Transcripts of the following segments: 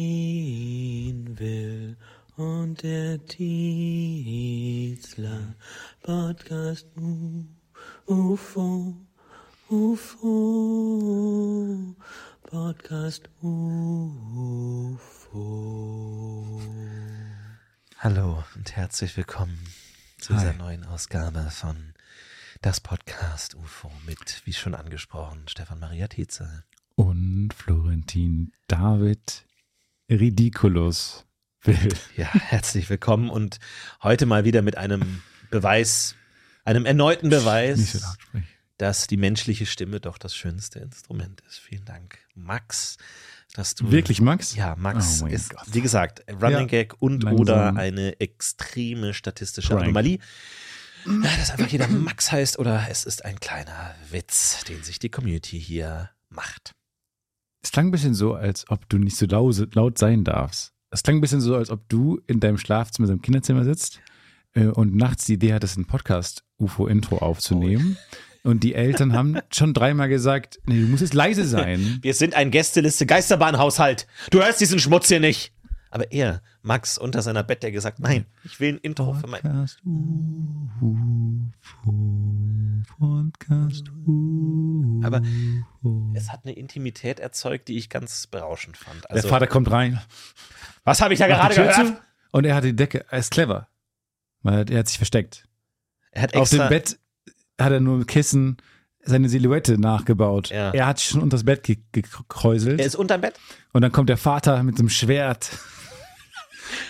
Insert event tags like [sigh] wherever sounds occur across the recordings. Florentin will und der Tiesler Podcast U- UFO, UFO, Podcast UFO. Hallo und herzlich willkommen zu dieser Hi. neuen Ausgabe von das Podcast UFO mit, wie schon angesprochen, Stefan Maria Tietze. Und Florentin David Ridiculus will. Ja, herzlich willkommen und heute mal wieder mit einem Beweis, einem erneuten Nicht so Beweis, laut sprechen. dass die menschliche Stimme doch das schönste Instrument ist. Vielen Dank, Max, dass du Wirklich, Max? Ja, Max Oh mein ist, Gott. wie gesagt, Running Ja, Gag und langsam. oder eine extreme statistische Prank. Anomalie. Ja, dass einfach jeder Max heißt oder es ist ein kleiner Witz, den sich die Community hier macht. Es klang ein bisschen so, als ob du nicht so lause, laut sein darfst. Es klang ein bisschen so, als ob du in deinem Schlafzimmer, in deinem Kinderzimmer sitzt äh, und nachts die Idee hattest, einen Podcast-UFO-Intro aufzunehmen. Oh. Und die Eltern haben [laughs] schon dreimal gesagt, nee, du musst jetzt leise sein. Wir sind ein Gästeliste Geisterbahnhaushalt. Du hörst diesen Schmutz hier nicht. Aber er, Max, unter seiner Bettdecke sagt, nein, ich will ein Intro Oh, für mein... Podcast UFO, Podcast UFO. Aber es hat eine Intimität erzeugt, die ich ganz berauschend fand. Der Also, Vater kommt rein, was habe ich da macht gerade die Tür zu gehört? und er hat die Decke. Er ist clever, weil er hat sich versteckt. Er hat Auf dem Bett hat er nur mit Kissen seine Silhouette nachgebaut. Ja. Er hat sich schon unter das Bett ge- gekräuselt Er ist unterm Bett. und dann kommt der Vater mit so [laughs] einem Schwert.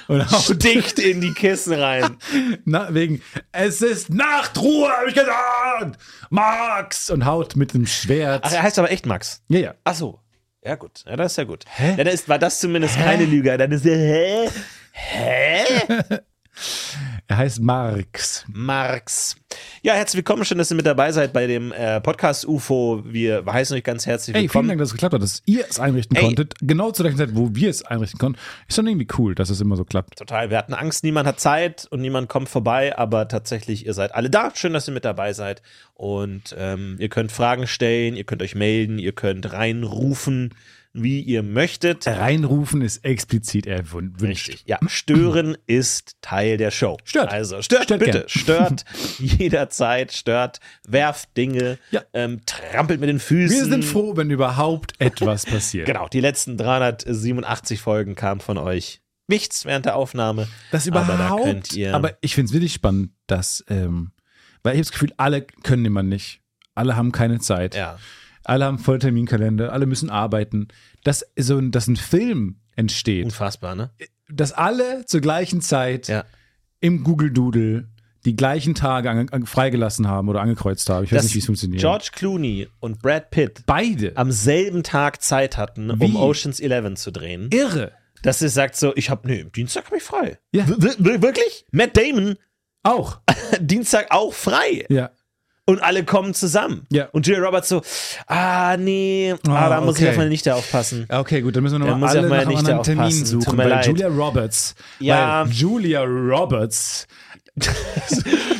Und auch Sticht in die Kissen rein. na, wegen, es ist Nachtruhe, habe ich gesagt, Max! Und haut mit dem Schwert. Ach, er heißt aber echt Max. ja, ja. Ach so. Ja, gut. Ja, das ist ja gut. Hä? Ja, dann ist, war das zumindest keine Lüge. Dann ist er, hä? Hä? Er heißt Marx. Marx. Ja, herzlich willkommen. Schön, dass ihr mit dabei seid bei dem äh, Podcast UFO. Wir heißen euch ganz herzlich Ey, vielen willkommen. Dank, dass es geklappt hat, dass ihr es einrichten Ey. konntet. Genau zu der Zeit, wo wir es einrichten konnten. Ist dann irgendwie cool, dass es immer so klappt. Total. Wir hatten Angst, niemand hat Zeit und niemand kommt vorbei, aber tatsächlich, ihr seid alle da. Schön, dass ihr mit dabei seid. Und ähm, ihr könnt Fragen stellen, ihr könnt euch melden, ihr könnt reinrufen, wie ihr möchtet. Reinrufen ist explizit erwünscht. Richtig. Ja, stören ist Teil der Show. Mhm. Stört. Also stört, Stört bitte. gern. Stört [laughs] jederzeit, stört, werft Dinge, Ja. ähm, trampelt mit den Füßen. Wir sind froh, wenn überhaupt [laughs] etwas passiert. Hm. Genau, die letzten 387 Folgen kamen von euch. Nichts während der Aufnahme. Das überhaupt. Aber Aber, da könnt ihr- ich finde es wirklich spannend, dass, ähm, weil ich habe das Gefühl, alle können immer nicht. Alle haben keine Zeit. Ja. Alle haben Vollterminkalender. Alle müssen arbeiten. Dass, so ein, dass ein Film entsteht, Unfassbar, ne? dass alle zur gleichen Zeit Ja. im Google Doodle die gleichen Tage an, an, freigelassen haben oder angekreuzt haben. Ich weiß Dass nicht, wie es funktioniert. George Clooney und Brad Pitt Beide. am selben Tag Zeit hatten, Wie? um Oceans 11 zu drehen. Irre. Dass es sagt so, ich hab, nee, Dienstag hab ich frei. Ja. W- w- wirklich? Matt Damon, [laughs] Auch. Dienstag auch frei. Ja. Und alle kommen zusammen. Ja. Und Julia Roberts so, ah, nee, ah, da muss ich okay. auf meine Nichte [laughs] aufpassen. Okay, gut, dann müssen wir Da nochmal muss ich alle auf meine nach einem Nichte anderen Termin aufpassen. Tut suchen, mir weil leid. Julia Roberts, Ja. weil Julia Roberts,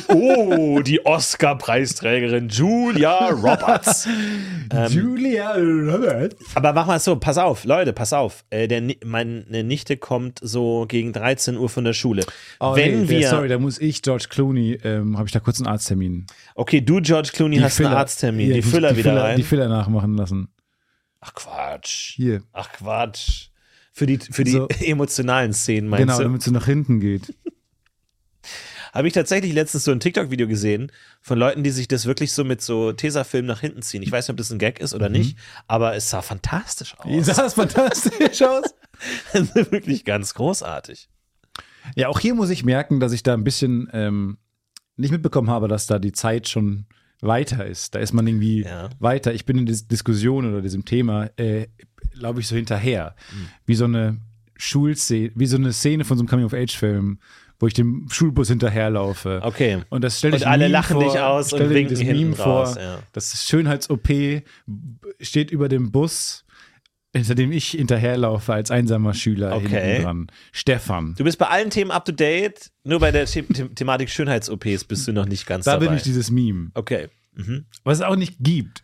Oh, die Oscar-Preisträgerin Julia Roberts. Ähm. Julia Roberts. [laughs] Aber mach mal so, pass auf, Leute, pass auf. Äh, der, Ni- meine Nichte kommt so gegen 13 Uhr von der Schule. Oh, Wenn nee, wir, der, sorry, da muss ich, George Clooney, ähm, habe ich da kurz einen Arzttermin. okay, du, George Clooney, hast einen Arzttermin. Ja, die Füller wieder Füller, rein. Die Füller nachmachen lassen. Ach, Quatsch. Hier, Ach, Quatsch. Für die, für die So. [laughs] emotionalen Szenen, meinst genau, du? damit sie nach hinten geht. [laughs] Habe ich tatsächlich letztens so ein TikTok-Video gesehen von Leuten, die sich das wirklich so mit so Tesafilm nach hinten ziehen. Ich weiß nicht, ob das ein Gag ist oder Mhm. nicht, aber es sah fantastisch Wie aus. [laughs] sah das fantastisch aus? Also wirklich ganz großartig. Ja, auch hier muss ich merken, dass ich da ein bisschen ähm, nicht mitbekommen habe, dass da die Zeit schon weiter ist. Da ist man irgendwie Ja. weiter. Ich bin in dieser Diskussion oder diesem Thema, äh, glaube ich, so hinterher. Mhm. Wie so eine Schulszene, wie so eine Szene von so einem Coming-of-Age-Film, wo ich dem Schulbus hinterherlaufe. Okay. Und das stelle Und ich alle Meme lachen vor, dich aus stelle und mir winken das hinten Meme vor. raus, ja. Das Schönheits-OP steht über dem Bus, hinter dem ich hinterherlaufe als einsamer Schüler Okay. hinten dran. Stefan. Du bist bei allen Themen up to date, nur bei der The The Thematik Schönheits-OPs bist du noch nicht ganz Da dabei. bin ich dieses Meme, okay. Mhm. was es auch nicht gibt.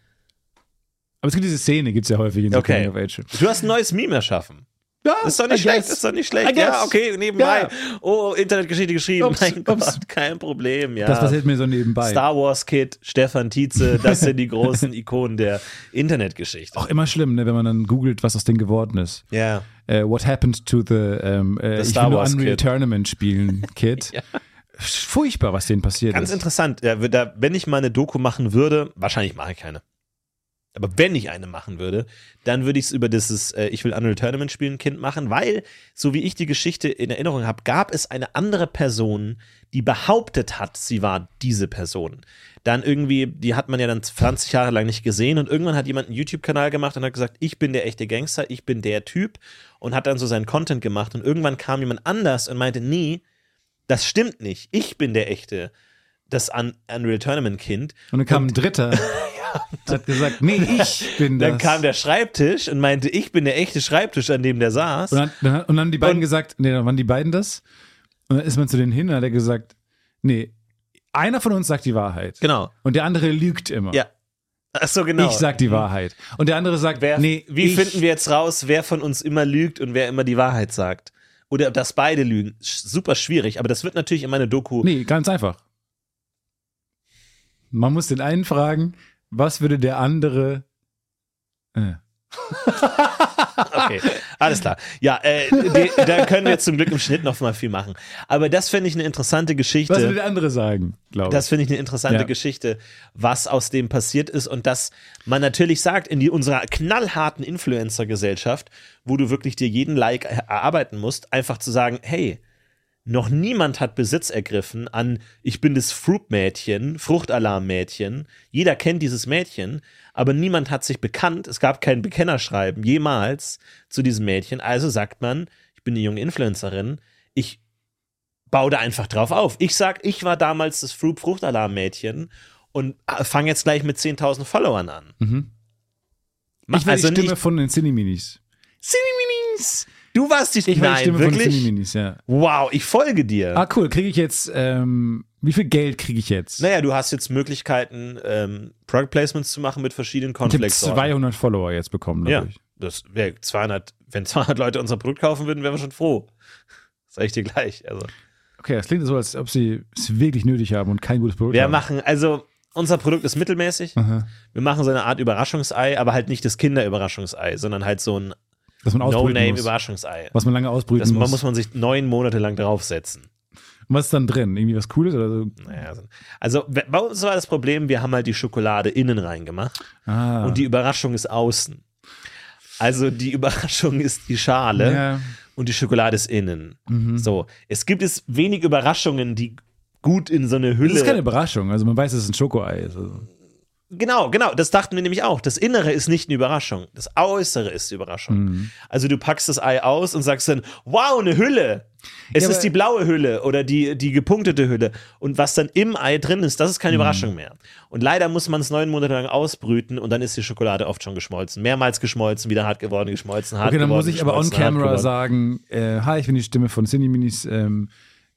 Aber es gibt diese Szene, gibt es ja häufig in so Okay. Coming of Age. Du hast ein neues Meme erschaffen. Ja, Ist doch nicht I schlecht, guess. ist doch nicht I schlecht. guess. Ja, okay, nebenbei. Ja. Oh, Internetgeschichte geschrieben. Ups, mein Gott, ups. kein Problem, ja. Das passiert mir so nebenbei. Star Wars Kid, Stefan Tietze, das sind die großen Ikonen der Internetgeschichte. Auch immer schlimm, ne, wenn man dann googelt, was aus denen geworden ist. Ja. Äh, what happened to the, ähm, äh, The ich Star will nur Wars Unreal Kid. [laughs] Tournament spielen, Kid. Furchtbar, was denen passiert Ganz ist. interessant. Ja, da, wenn ich mal eine Doku machen würde, wahrscheinlich mache ich keine. Aber wenn ich eine machen würde, dann würde ich es über dieses äh, Ich will Unreal Tournament spielen Kind machen, weil, so wie ich die Geschichte in Erinnerung habe, gab es eine andere Person, die behauptet hat, sie war diese Person. Dann irgendwie, die hat man ja dann 20 Jahre lang nicht gesehen und irgendwann hat jemand einen YouTube-Kanal gemacht und hat gesagt, ich bin der echte Gangster, ich bin der Typ und hat dann so seinen Content gemacht und irgendwann kam jemand anders und meinte, nee, das stimmt nicht, ich bin der echte, das Un Unreal Tournament Kind Und dann kam [laughs] ein Dritter und hat gesagt, nee, ich bin das. Dann kam der Schreibtisch und meinte, ich bin der echte Schreibtisch, an dem der saß. und, dann, dann, und dann haben die beiden Und- gesagt, nee, dann waren die beiden das. Und dann ist man zu denen hin und hat er gesagt, nee, einer von uns sagt die Wahrheit. genau. Und der andere lügt immer. Ja. Ach so, genau. Ich sag die Wahrheit. Und der andere sagt, wer, nee, wie ich, finden wir jetzt raus, wer von uns immer lügt und wer immer die Wahrheit sagt? Oder dass beide lügen. Sch- Super schwierig, aber das wird natürlich in meine Doku. Nee, ganz einfach. Man muss den einen fragen, was würde der andere. Äh. Okay, alles klar. Ja, äh, die, da können wir zum Glück im Schnitt noch mal viel machen. Aber das fände ich eine interessante Geschichte. Was würde der andere sagen, glaube ich. Das finde ich eine interessante Ja. Geschichte, was aus dem passiert ist und dass man natürlich sagt, in die, unserer knallharten Influencer-Gesellschaft, wo du wirklich dir jeden Like er- erarbeiten musst, einfach zu sagen, hey, noch niemand hat Besitz ergriffen an ich bin das Fruit-Mädchen, Fruchtalarm-Mädchen. Jeder kennt dieses Mädchen, aber niemand hat sich bekannt. Es gab kein Bekennerschreiben jemals zu diesem Mädchen. Also sagt man, ich bin eine junge Influencerin. Ich baue da einfach drauf auf. Ich sag, ich war damals das Fruit Fruchtalarm-Mädchen und fange jetzt gleich mit 10.000 Followern an. Mhm. Mach ich will also die Stimme nicht, von den Cineminis. Cineminis! du warst die Ich will die Nein, Stimme von den wirklich? Cineminis, ja. Wow, ich folge dir. Ah, cool. Kriege ich jetzt. Ähm, wie viel Geld kriege ich jetzt? Naja, du hast jetzt Möglichkeiten, ähm, Product Placements zu machen mit verschiedenen ich habe Cornflakes. 200 Follower jetzt bekommen, Ja, dadurch. das wäre 200, wenn 200 Leute unser Produkt kaufen würden, wären wir schon froh. Sag ich dir gleich. Also, Okay, das klingt so, als ob sie es wirklich nötig haben und kein gutes Produkt wir haben. machen, also unser Produkt ist mittelmäßig. Aha. Wir machen so eine Art Überraschungsei, aber halt nicht das Kinderüberraschungsei, sondern halt so ein Dass man ausbrüten muss. No-Name-Überraschungsei. Was man lange ausbrüten Das muss. muss man sich neun Monate lang draufsetzen. Und was ist dann drin? Irgendwie was Cooles oder so? Naja, so- also we- bei uns war das Problem, wir haben halt die Schokolade innen reingemacht Ah. und die Überraschung ist außen. Also die [laughs] Überraschung ist die Schale ja. und die Schokolade ist innen. mhm. So, es gibt es wenig Überraschungen, die gut in so eine Hülle. Das ist keine Überraschung. Also man weiß, dass es ein Schokoei ist. Also. genau, genau, das dachten wir nämlich auch. Das Innere ist nicht eine Überraschung, das Äußere ist die Überraschung. Mhm. Also du packst das Ei aus und sagst dann, wow, eine Hülle. Es Ja, aber- ist die blaue Hülle oder die, die gepunktete Hülle. Und was dann im Ei drin ist, das ist Mhm. keine Überraschung mehr. Und leider muss man es neun Monate lang ausbrüten und dann ist die Schokolade oft schon geschmolzen. Mehrmals geschmolzen, wieder hart geworden, geschmolzen, hart Okay, dann geworden. muss ich aber on geschmolzen, hart camera geworden. sagen, äh, hi, ich bin die Stimme von Cindy Minis. Ähm,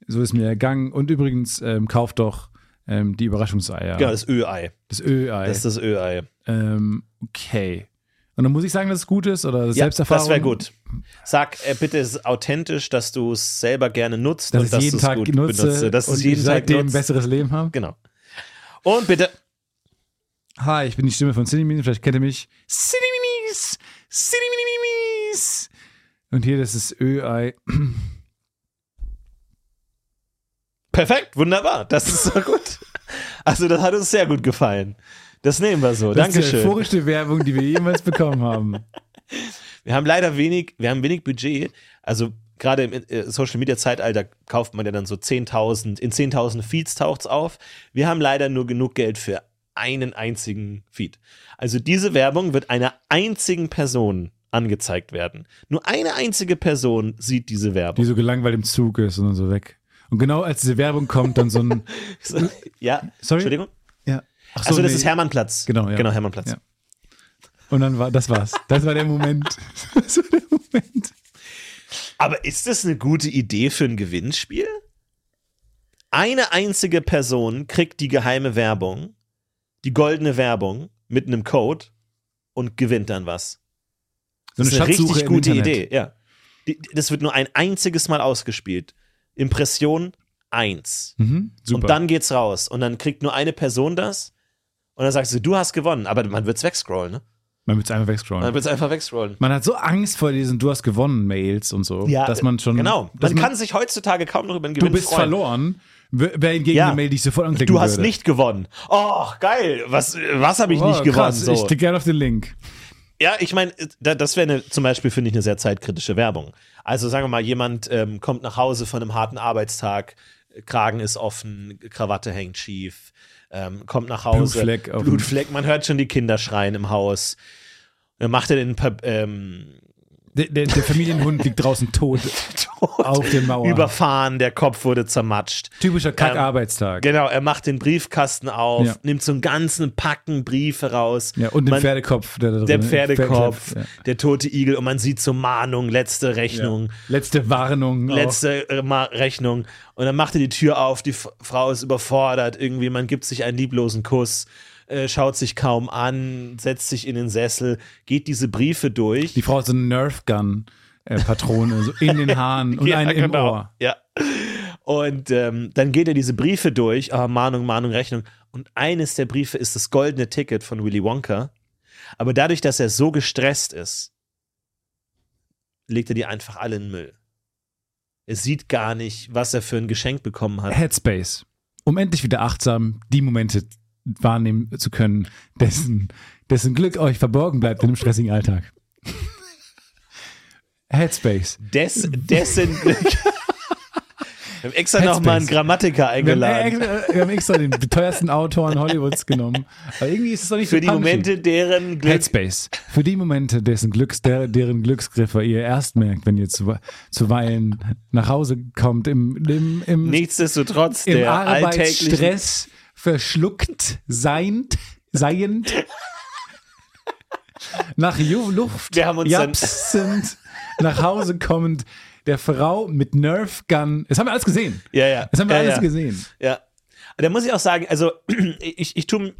so ist mir ergangen. Und übrigens, ähm, kauft doch ähm, die Überraschungseier. Genau, das Ö-Ei. das Ölei. Das ist das Ö-Ei. ähm, okay. Und dann muss ich sagen, dass es gut ist oder Ja, Selbsterfahrung. Das wäre gut. Sag äh, bitte es ist authentisch, dass du es selber gerne nutzt Dass und ich dass es jeden du's Tag gut nutze benutze. Dass du und es jeden ich Tag seitdem ein nutzt. besseres Leben habe. Genau. Und bitte, Hi, ich bin die Stimme von Cindy Minis. Vielleicht kennt ihr mich. Cindy Minis! Cindy Minis! Und hier, das ist Ölei. perfekt, wunderbar. Das ist so gut. Also, das hat uns sehr gut gefallen. Das nehmen wir so. Das äh, ist die Dankeschön. euphorischste Werbung, die wir [laughs] jemals bekommen haben. Wir haben leider wenig, wir haben wenig Budget. Also, gerade im äh, Social Media Zeitalter kauft man ja dann so 10.000, in 10.000 Feeds taucht's auf. Wir haben leider nur genug Geld für einen einzigen Feed. Also diese Werbung wird einer einzigen Person angezeigt werden. Nur eine einzige Person sieht diese die Werbung. so gelangweilt im Zug ist und dann so weg. Und genau als diese Werbung kommt, dann so ein. [laughs] ja, Sorry? Entschuldigung. ja. Ach Achso, Also das nee. ist Hermannplatz. Genau, ja. Genau, Hermannplatz. Ja. Und dann war, das war's. Das war [laughs] der Moment. Das war der Moment. Aber ist das eine gute Idee für ein Gewinnspiel? Eine einzige Person kriegt die geheime Werbung, die goldene Werbung mit einem Code und gewinnt dann was. So das ist eine Schatzsuche richtig im gute Internet. Idee, ja. Die- die- Das wird nur ein einziges Mal ausgespielt. Impression 1. Mhm, super. Und dann geht's raus. Und dann kriegt nur eine Person das. Und dann sagst du, du hast gewonnen. Aber man wird's wegscrollen, ne? man wird es einfach Man wegscrollen. wird's einfach wegscrollen. Man hat so Angst vor diesen Du hast gewonnen Mails und so, dass man schon. Genau. dass Man kann sich heutzutage kaum noch über den Gewinn Du bist freuen. verloren. w- Wer hingegen Ja. eine Mail, die ich sofort anklicken Du hast würde. nicht gewonnen. Oh, geil. Was, was habe ich oh, nicht gewonnen? krass, so. Ich klicke gerne auf den Link. Ja, ich meine, da- das wäre eine- zum Beispiel, finde ich, eine sehr zeitkritische Werbung. Also sagen wir mal, jemand ähm, kommt nach Hause von einem harten Arbeitstag, Kragen ist offen, Krawatte hängt schief, ähm, kommt nach Hause, Blutfleck auf dem- Blutfleck, man hört schon die Kinder schreien im Haus. Dann macht er den Pa- ähm, Der, der, der Familienhund liegt [laughs] draußen tot Tod auf der Mauer. überfahren, der Kopf wurde zermatscht. Typischer Ähm, Kackarbeitstag. Genau, er macht den Briefkasten auf, Ja. nimmt so einen ganzen Packen Briefe raus. ja, und den man, Pferdekopf. Der, da drin, der ist. Pferdekopf, Mhm. Ja. der tote Igel und man sieht so Mahnung, letzte Rechnung, Letzte Warnung. auch. letzte äh, Ma- Rechnung und dann macht er die Tür auf, die F Frau ist überfordert, irgendwie man gibt sich einen lieblosen Kuss, äh, schaut sich kaum an, setzt sich in den Sessel, geht diese Briefe durch. Die Frau hat so eine Nerf-Gun-Patrone so in [laughs] den Haaren und Ja, eine im genau. Ohr. Ja. Und ähm, dann geht er diese Briefe durch, ah, Mahnung, Mahnung, Rechnung. Und eines der Briefe ist das goldene Ticket von Willy Wonka. Aber dadurch, dass er so gestresst ist, legt er die einfach alle in den Müll. Er sieht gar nicht, was er für ein Geschenk bekommen hat. Headspace. Um endlich wieder achtsam die Momente wahrnehmen zu können, dessen, dessen Glück euch verborgen bleibt in dem stressigen Alltag. [laughs] Headspace. Des, [laughs] dessen Glück. Wir haben extra nochmal einen Headspace. Grammatiker Wir haben, äh, eingeladen. extra- wir haben extra den teuersten Autoren Hollywoods genommen. Aber irgendwie ist es doch nicht Für die so punchy. Momente, deren Glück Headspace. Für die Momente, dessen Glücks, der, deren Glücksgriffe ihr erst merkt, wenn ihr zu, zuweilen nach Hause kommt, im, im, im, nichtsdestotrotz im der alltäglichen Arbeitsstress verschluckt seind, seiend nach Ju Luft Wir haben uns dann- japsend nach Hause kommend der Frau mit Nerf Gun. Das haben wir alles gesehen. Ja, ja. Das haben wir ja, alles ja. gesehen. Ja. Da muss ich auch sagen, also [clears throat] ich, ich tue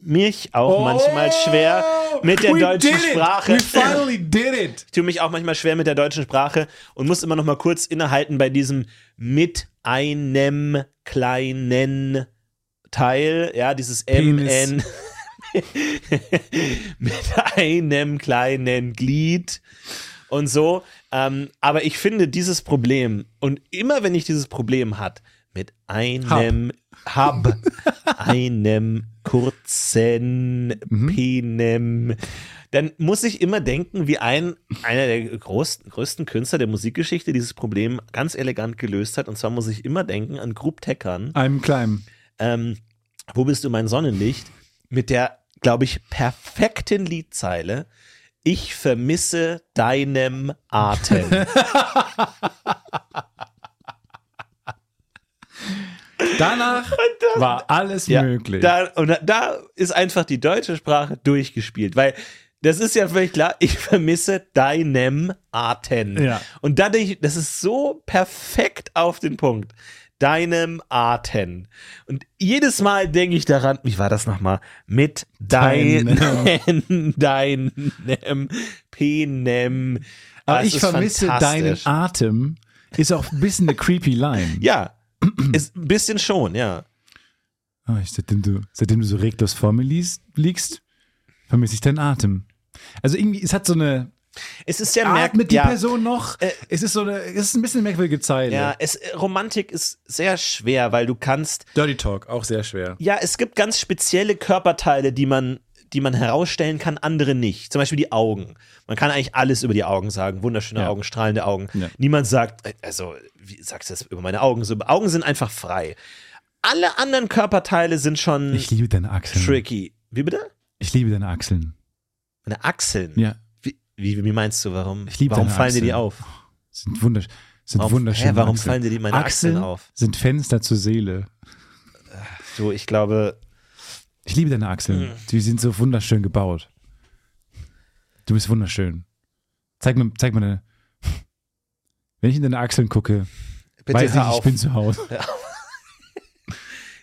mich auch manchmal schwer mit der Oh, We deutschen did it. Sprache. We finally did it. Ich tue mich auch manchmal schwer mit der deutschen Sprache und muss immer noch mal kurz innehalten bei diesem mit einem kleinen Teil, ja, dieses Penis. MN. [laughs] mit einem kleinen Glied und so. Ähm, aber ich finde dieses Problem, und immer wenn ich dieses Problem hat, mit einem Hab, einem kurzen Penem, dann muss ich immer denken, wie ein, einer der groß, größten Künstler der Musikgeschichte dieses Problem ganz elegant gelöst hat. Und zwar muss ich immer denken an Grub Teckern Einem kleinen. ähm, Wo bist du mein Sonnenlicht? Mit der, glaube ich, perfekten Liedzeile. Ich vermisse deinem Atem. Danach war alles möglich. Da, und da- da ist einfach die deutsche Sprache durchgespielt, weil das ist ja völlig klar, ich vermisse deinem Atem. Ja. Und dadurch, das ist so perfekt auf den Punkt. Deinem Atem. Und jedes Mal denke ich daran, wie war das nochmal? Mit deinem, [laughs] deinem, Penem. Aber Ah, es ich ist vermisse deinen fantastisch. Atem. Ist auch ein bisschen eine creepy Line. Ja, ist ein bisschen schon, ja. Ah, ich, seitdem, du, seitdem du so reglos vor mir liest, liegst, vermisse ich deinen Atem. Also irgendwie, es hat so eine. Es ist sehr merkwürdig. Atmet die ja. Äh, Person noch? es ist so eine. Es ist ein bisschen eine merkwürdige Zeile. Ja, es, äh, Romantik ist sehr schwer, weil du kannst. Dirty Talk, auch sehr schwer. Ja, es gibt ganz spezielle Körperteile, die man, die man herausstellen kann, andere nicht. Zum Beispiel die Augen. Man kann eigentlich alles über die Augen sagen. Wunderschöne Ja. Augen, strahlende Augen. Ja. Niemand sagt, äh, also, wie sagst du das über meine Augen? So, Augen sind einfach frei. Alle anderen Körperteile sind schon Ich liebe deine Achseln. tricky. Wie bitte? Ich liebe deine Achseln. Meine Achseln. Ja, Wie, wie, wie meinst du, warum? Ich liebe warum deine fallen dir die Achseln. auf? sind, wundersch sind Warum- wunderschön. hä, warum fallen dir die- meine Achseln auf? Sind Fenster zur Seele. Du, ich glaube, Ich liebe deine Achseln. Mhm. Die sind so wunderschön gebaut. Du bist wunderschön. Zeig mir, zeig mir deine. Wenn ich in deine Achseln gucke, bitte weiß ich, hör auf. ich bin zu Hause.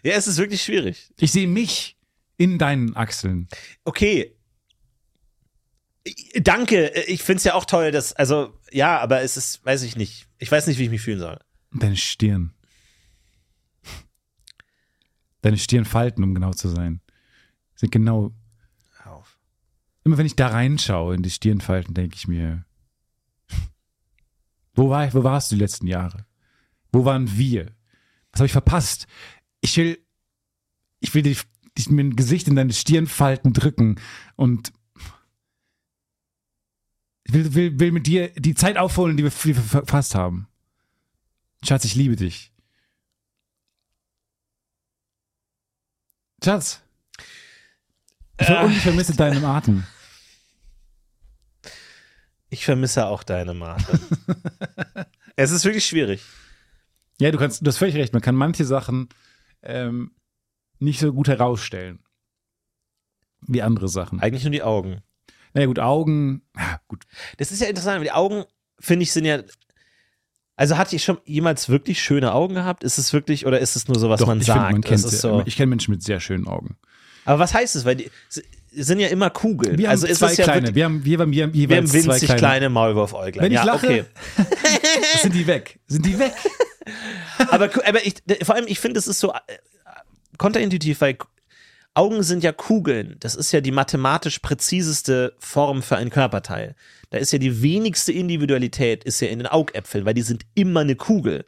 ja, es ist wirklich schwierig. Ich sehe mich in deinen Achseln. okay, Äh, Danke, ich find's ja auch toll, dass, also, ja, aber es ist, weiß ich nicht. Ich weiß nicht, wie ich mich fühlen soll. Deine Stirn. Deine Stirnfalten, um genau zu sein. Sind genau. Hör auf. Immer wenn ich da reinschaue in die Stirnfalten, denke ich mir. Wo war ich, wo warst du die letzten Jahre? Wo waren wir? Was habe ich verpasst? Ich will. Ich will dich, dich mir ein Gesicht in deine Stirnfalten drücken und. Ich will, will, will mit dir die Zeit aufholen, die wir, die wir verpasst haben. Schatz, ich liebe dich. Schatz. Ich, ver ich vermisse deinen Atem. Ich vermisse auch deine Marke. [laughs] es ist wirklich schwierig. Ja, du kannst, du hast völlig recht. Man kann manche Sachen ähm, nicht so gut herausstellen. Wie andere Sachen. Eigentlich nur die Augen. Na ja, gut, Augen. ja, Gut. Das ist ja interessant, weil die Augen, finde ich, sind ja. Also hat ich schon jemals wirklich schöne Augen gehabt? Ist es wirklich oder ist es nur so, was Doch, man ich sagt? Finde, man das kennt, ist so. Ich kenne Menschen mit sehr schönen Augen. Aber was heißt es? Weil die s- sind ja immer Kugeln. Wir haben also also zwei ist es ja kleine. wirklich- wir haben, wir haben, wir haben wir jeweils haben winzig zwei kleine. kleine, Maulwurfäuglein. Wenn ich ja, lache, okay. [laughs] sind die weg. Sind die weg? aber, ku- aber ich, d- vor allem, ich finde, es ist so äh, konterintuitiv, weil Ku- Augen sind ja Kugeln. Das ist ja die mathematisch präziseste Form für einen Körperteil. Da ist ja die wenigste Individualität ist ja in den Augäpfeln, weil die sind immer eine Kugel.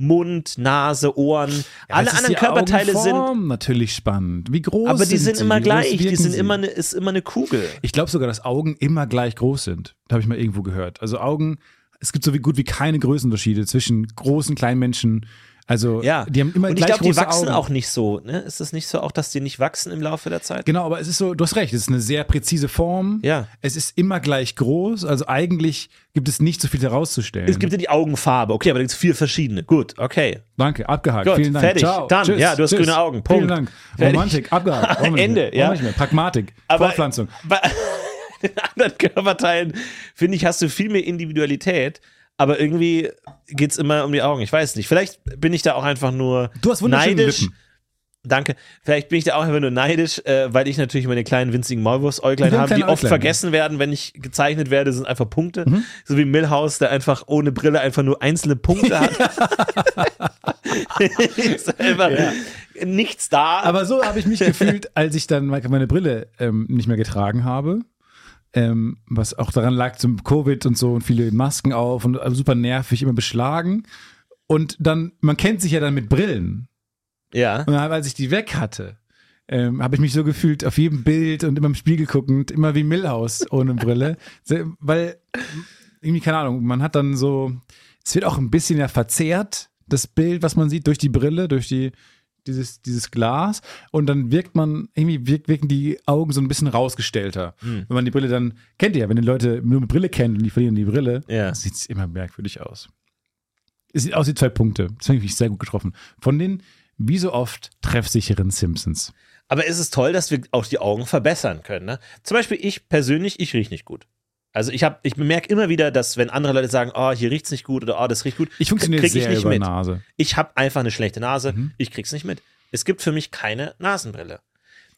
Mund, Nase, Ohren, alle Es ist anderen die Körperteile sind, Augenform natürlich spannend. Wie groß aber die sind, sind sie? immer Wie groß gleich. Die wirken sind sie? immer eine, ist immer eine Kugel. Ich glaube sogar, dass Augen immer gleich groß sind. Habe ich mal irgendwo gehört. Also Augen, es gibt so wie gut wie keine Größenunterschiede zwischen großen, kleinen Menschen. Also Ja, die haben immer und ich gleich glaube, die große wachsen Augen. auch nicht so. Ne? Ist es nicht so auch, dass die nicht wachsen im Laufe der Zeit? Genau, aber es ist so, du hast recht, es ist eine sehr präzise Form. Ja. Es ist immer gleich groß, also eigentlich gibt es nicht so viel herauszustellen. Es gibt ja die Augenfarbe. Okay, aber da gibt es vier verschiedene. Gut, okay. Danke, abgehakt. Gut, Vielen Dank. fertig. Ciao. Dann, tschüss, ja, du hast tschüss. grüne Augen. Vielen Punkt. Dank. Fertig. [laughs] Romantik, abgehakt. Brauchen wir Ende, nicht mehr. Brauchen wir ja. Nicht mehr. Pragmatik, Aber- Fortpflanzung. Bei [laughs] den anderen Körperteilen, finde ich, hast du viel mehr Individualität, aber irgendwie geht es immer um die Augen. Ich weiß nicht. Vielleicht bin ich da auch einfach nur Du hast wunderschöne neidisch. Lippen. Danke. Vielleicht bin ich da auch einfach nur neidisch, äh, weil ich natürlich meine kleinen winzigen Maulwurfsäuglein Wir haben habe, die kleine oft Äuglein, Mhm. vergessen werden, wenn ich gezeichnet werde, sind einfach Punkte. So wie Milhouse, der einfach ohne Brille einfach nur einzelne Punkte [laughs] hat. [laughs] ist einfach nichts da. Aber so habe ich mich gefühlt, als ich dann meine Brille ähm, nicht mehr getragen habe. Ähm, was auch daran lag, zum Covid und so und viele Masken auf und äh, super nervig, immer beschlagen. Und dann, man kennt sich ja dann mit Brillen. ja. Und dann, als ich die weg hatte, ähm, habe ich mich so gefühlt, auf jedem Bild und immer im Spiegel guckend, immer wie Millhaus ohne Brille. Se- Weil, irgendwie, keine Ahnung, man hat dann so, es wird auch ein bisschen ja verzerrt, das Bild, was man sieht, durch die Brille, durch die, dieses, dieses Glas. Und dann wirkt man, irgendwie wirk, wirken die Augen so ein bisschen rausgestellter. Wenn man die Brille dann, kennt ihr ja, wenn die Leute nur eine Brille kennen und die verlieren die Brille, Ja. sieht es immer merkwürdig aus. Es sieht aus wie zwei Punkte. Deswegen finde ich sehr gut getroffen. Von den wie so oft treffsicheren Simpsons. Aber es ist toll, dass wir auch die Augen verbessern können. Ne? Zum Beispiel ich persönlich, ich rieche nicht gut. Also ich habe, ich bemerke immer wieder, dass wenn andere Leute sagen, oh, hier riecht's nicht gut oder oh, das riecht gut, Ich funktioniere krieg ich sehr Mhm. nicht über mit. Nase. Ich habe einfach eine schlechte Nase, ich krieg's nicht mit. Es gibt für mich keine Nasenbrille.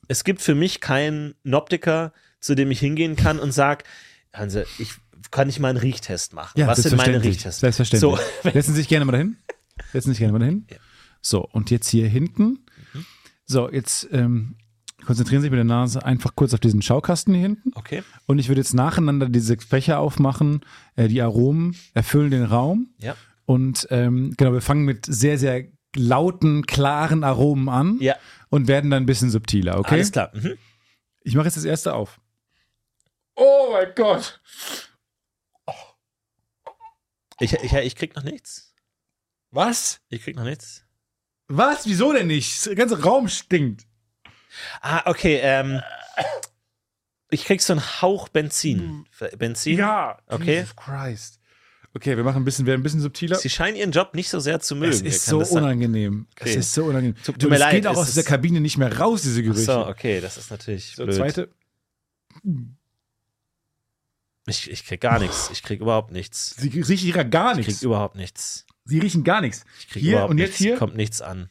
Es gibt für mich keinen Optiker, zu dem ich hingehen kann und sag, Hanse, ich kann ich mal einen Riechtest machen. Ja, Was sind meine selbstverständlich. Riechtests? Selbstverständlich. So, [laughs] Setzen Sie sich gerne mal dahin. Setzen Sie sich gerne mal dahin. So, und jetzt hier hinten. So, jetzt ähm, konzentrieren Sie sich mit der Nase einfach kurz auf diesen Schaukasten hier hinten. okay, Und ich würde jetzt nacheinander diese Fächer aufmachen. Äh, die Aromen erfüllen den Raum. ja, Und ähm, genau, wir fangen mit sehr, sehr lauten, klaren Aromen an Ja. und werden dann ein bisschen subtiler, okay? alles klar. Mhm. Ich mache jetzt das erste auf. Oh mein Gott. Ich, ich, ich krieg noch nichts. Was? Ich krieg noch nichts. Was? Wieso denn nicht? Der ganze Raum stinkt. Ah, okay. Ähm, ich krieg so einen Hauch Benzin. Ver- Benzin? Hm. Ja. Okay. Jesus Christ. Okay, wir machen ein bisschen, werden ein bisschen subtiler. Sie scheinen ihren Job nicht so sehr zu mögen. Es Wer ist kann so das sagen? unangenehm. Es Okay. ist so unangenehm. Tut- tut Und mir es leid, geht auch es aus ist- dieser Kabine nicht mehr raus, diese Ach Gerüche. So, okay, das ist natürlich So, blöd. zweite. Ich, ich krieg gar nichts. Ich krieg überhaupt nichts. Sie riechen ja gar Ich krieg nichts. überhaupt nichts. Sie riechen gar nichts. Ich krieg Hier überhaupt und nichts. jetzt hier? kommt nichts an.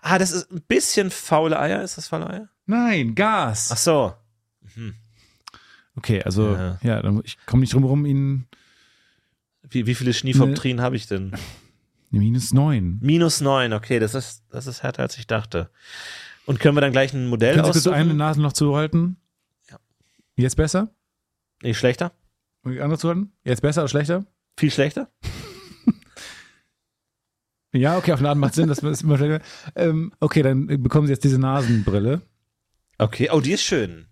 Ah, das ist ein bisschen faule Eier. Ist das faule Eier? Nein, Gas. Ach so. Mhm. Okay, also ja, Ja. dann, ich komme nicht drum herum, Ihnen Wie, wie viele Ne. Schneefoptrien habe ich denn? eine minus neun. Minus neun, okay, das ist, das ist härter, als ich dachte. Und können wir dann gleich ein Modell Können Sie bitte eine aussuchen? Nasenloch zuhalten? Ja. Jetzt besser? Nicht schlechter? Und die andere zuhalten? Jetzt besser oder schlechter? Viel schlechter? Ja, okay, auf eine Art macht Sinn, dass man es immer schlechter. Ähm, okay, dann bekommen Sie jetzt diese Nasenbrille. Okay, oh, die ist schön.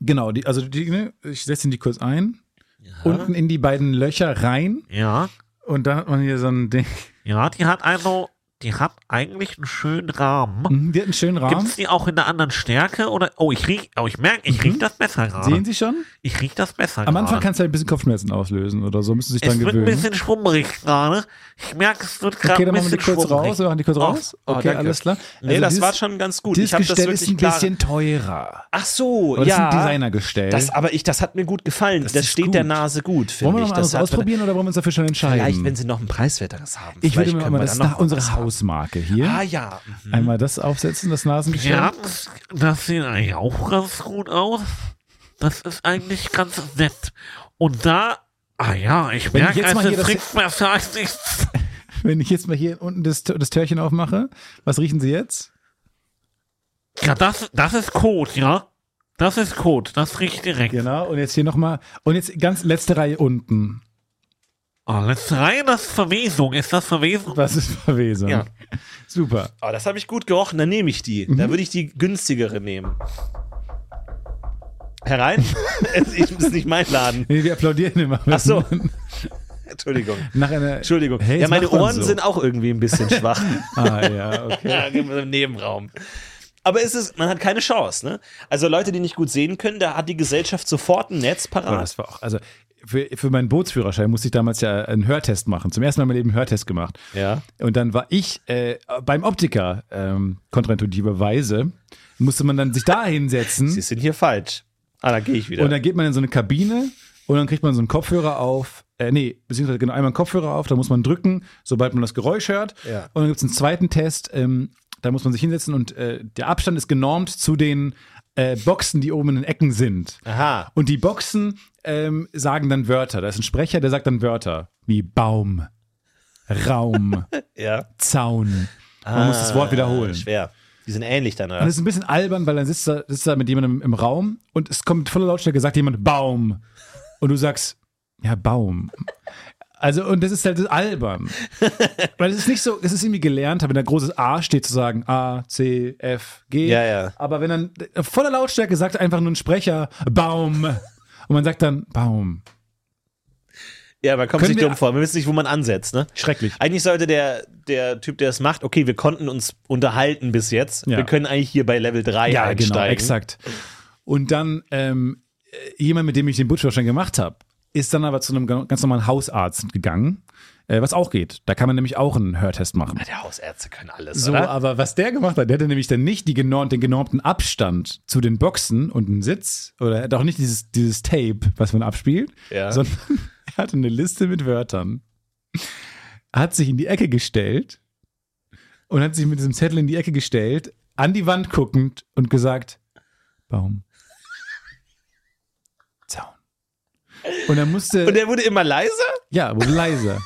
Genau, die, also die, ne, ich setze Ihnen die kurz ein. Ja. Unten in die beiden Löcher rein. Ja, Und dann hat man hier so ein Ding. ja, die hat also, die hat eigentlich einen schönen Rahmen. Mhm, Die hat einen schönen Rahmen. Gibt's die auch in einer anderen Stärke oder? Oh, ich riech, oh, ich merke, ich riech das besser Mhm. Sehen gerade. Sie schon? Ich riech das besser Am Anfang gerade. kannst du halt ein bisschen Kopfschmerzen auslösen oder so, müssen Sie sich Es dran wird ein gewöhnen. bisschen schwummerig gerade. Ich merke, es wird gerade Okay, ein dann machen bisschen wir die kurz schwummerig. raus. Wir machen die kurz Oh, raus. oh, Okay, danke. alles klar. Nee, Also das dieses- war schon ganz gut. Dieses Ich habe das Gestell ist wirklich ein klar. bisschen teurer. Ach so, Aber ja. Das ist ein Designergestell. Das, aber ich, das hat mir gut gefallen. Das Das, ist steht gut. der Nase gut, wollen wir finde noch ich. mal Das anderes hat- ausprobieren oder wollen wir uns dafür schon entscheiden? Vielleicht, wenn sie noch ein preiswerteres haben. ich würde Vielleicht mir können mal, wir das ist dann nach noch unsere was haben. Hausmarke hier. Ah ja. Mhm. Einmal das aufsetzen, das Nasengestell. Ja, das, das sieht eigentlich auch ganz gut aus. Das ist eigentlich ganz nett. Und da, ah ja, ich Wenn ich merke, jetzt mal also hier das- trinkt mir vielleicht nichts. Wenn ich jetzt mal hier unten das, das Törchen aufmache, was riechen Sie jetzt? Ja, das, das ist Kot, ja. Das ist Kot, das riecht direkt. Genau, und jetzt hier nochmal. Und jetzt ganz letzte Reihe unten. Ah, letzte Reihe, das ist Verwesung. Ist das Verwesung? Was ist Verwesung? Ja. Super. Oh, das habe ich gut gerochen, dann nehme ich die. Mhm. Dann würde ich die günstigere nehmen. [laughs] Herein? Es ist nicht mein Laden. Nee, wir applaudieren immer. Ach so. Entschuldigung. Nach einer, Entschuldigung. Hey, ja, das meine macht man Ohren so. sind auch irgendwie ein bisschen [laughs] schwach. Ah, [laughs] ja, okay. Ja, [laughs] im Nebenraum. Aber es ist, man hat keine Chance, ne? Also Leute, die nicht gut sehen können, da hat die Gesellschaft sofort ein Netz Aber parat. das war auch, also für, für meinen Bootsführerschein musste ich damals ja einen Hörtest machen. Zum ersten Mal in meinem Leben einen Hörtest gemacht. Ja. Und dann war ich äh, beim Optiker, ähm, kontraintuitiverweise, musste man dann sich da Sie hinsetzen sind hier falsch. Ah, da gehe ich wieder. und dann geht man in so eine Kabine und dann kriegt man so einen Kopfhörer auf. Äh, nee, beziehungsweise genau einmal einen Kopfhörer auf, da muss man drücken, sobald man das Geräusch hört. Ja. Und dann gibt es einen zweiten Test, ähm, da muss man sich hinsetzen und äh, der Abstand ist genormt zu den äh, Boxen, die oben in den Ecken sind. Aha. Und die Boxen ähm, sagen dann Wörter. Da ist ein Sprecher, der sagt dann Wörter wie Baum, [laughs] Raum, Ja. Zaun. Man muss das Ah, Wort wiederholen. Schwer. Die sind ähnlich dann, Und oder? das ist ein bisschen albern, weil dann sitzt da, sitzt da mit jemandem im Raum und es kommt voller Lautstärke, sagt jemand Baum. Und du sagst, ja, Baum. Also, und das ist halt [laughs] albern. Weil es ist nicht so, es ist irgendwie gelernt, wenn da großes A steht, zu sagen A, C, F, G. Ja, ja. Aber wenn dann äh, voller Lautstärke sagt einfach nur ein Sprecher Baum. Und man sagt dann Baum. Ja, man kommt Können sich wir- dumm vor. Wir wissen nicht, wo man ansetzt, ne? Schrecklich. Eigentlich sollte der, der Typ, der es macht, okay, wir konnten uns unterhalten bis jetzt. Ja. Wir können eigentlich hier bei Level 3 Ja, einsteigen. genau, exakt. Und dann ähm, äh, jemand, mit dem ich den Butcherschein gemacht habe, ist dann aber zu einem ga- ganz normalen Hausarzt gegangen, äh, was auch geht. Da kann man nämlich auch einen Hörtest machen. Der Hausärzte können alles, So, oder? aber was der gemacht hat, der hatte nämlich dann nicht die genorm, den genormten Abstand zu den Boxen und einen Sitz oder er hatte auch nicht dieses, dieses Tape, was man abspielt, Ja. sondern [laughs] er hatte eine Liste mit Wörtern, hat sich in die Ecke gestellt und hat sich mit diesem Zettel in die Ecke gestellt, an die Wand guckend und gesagt, Baum, Zaun. Und er musste... Und der wurde immer leiser? Ja, wurde leiser.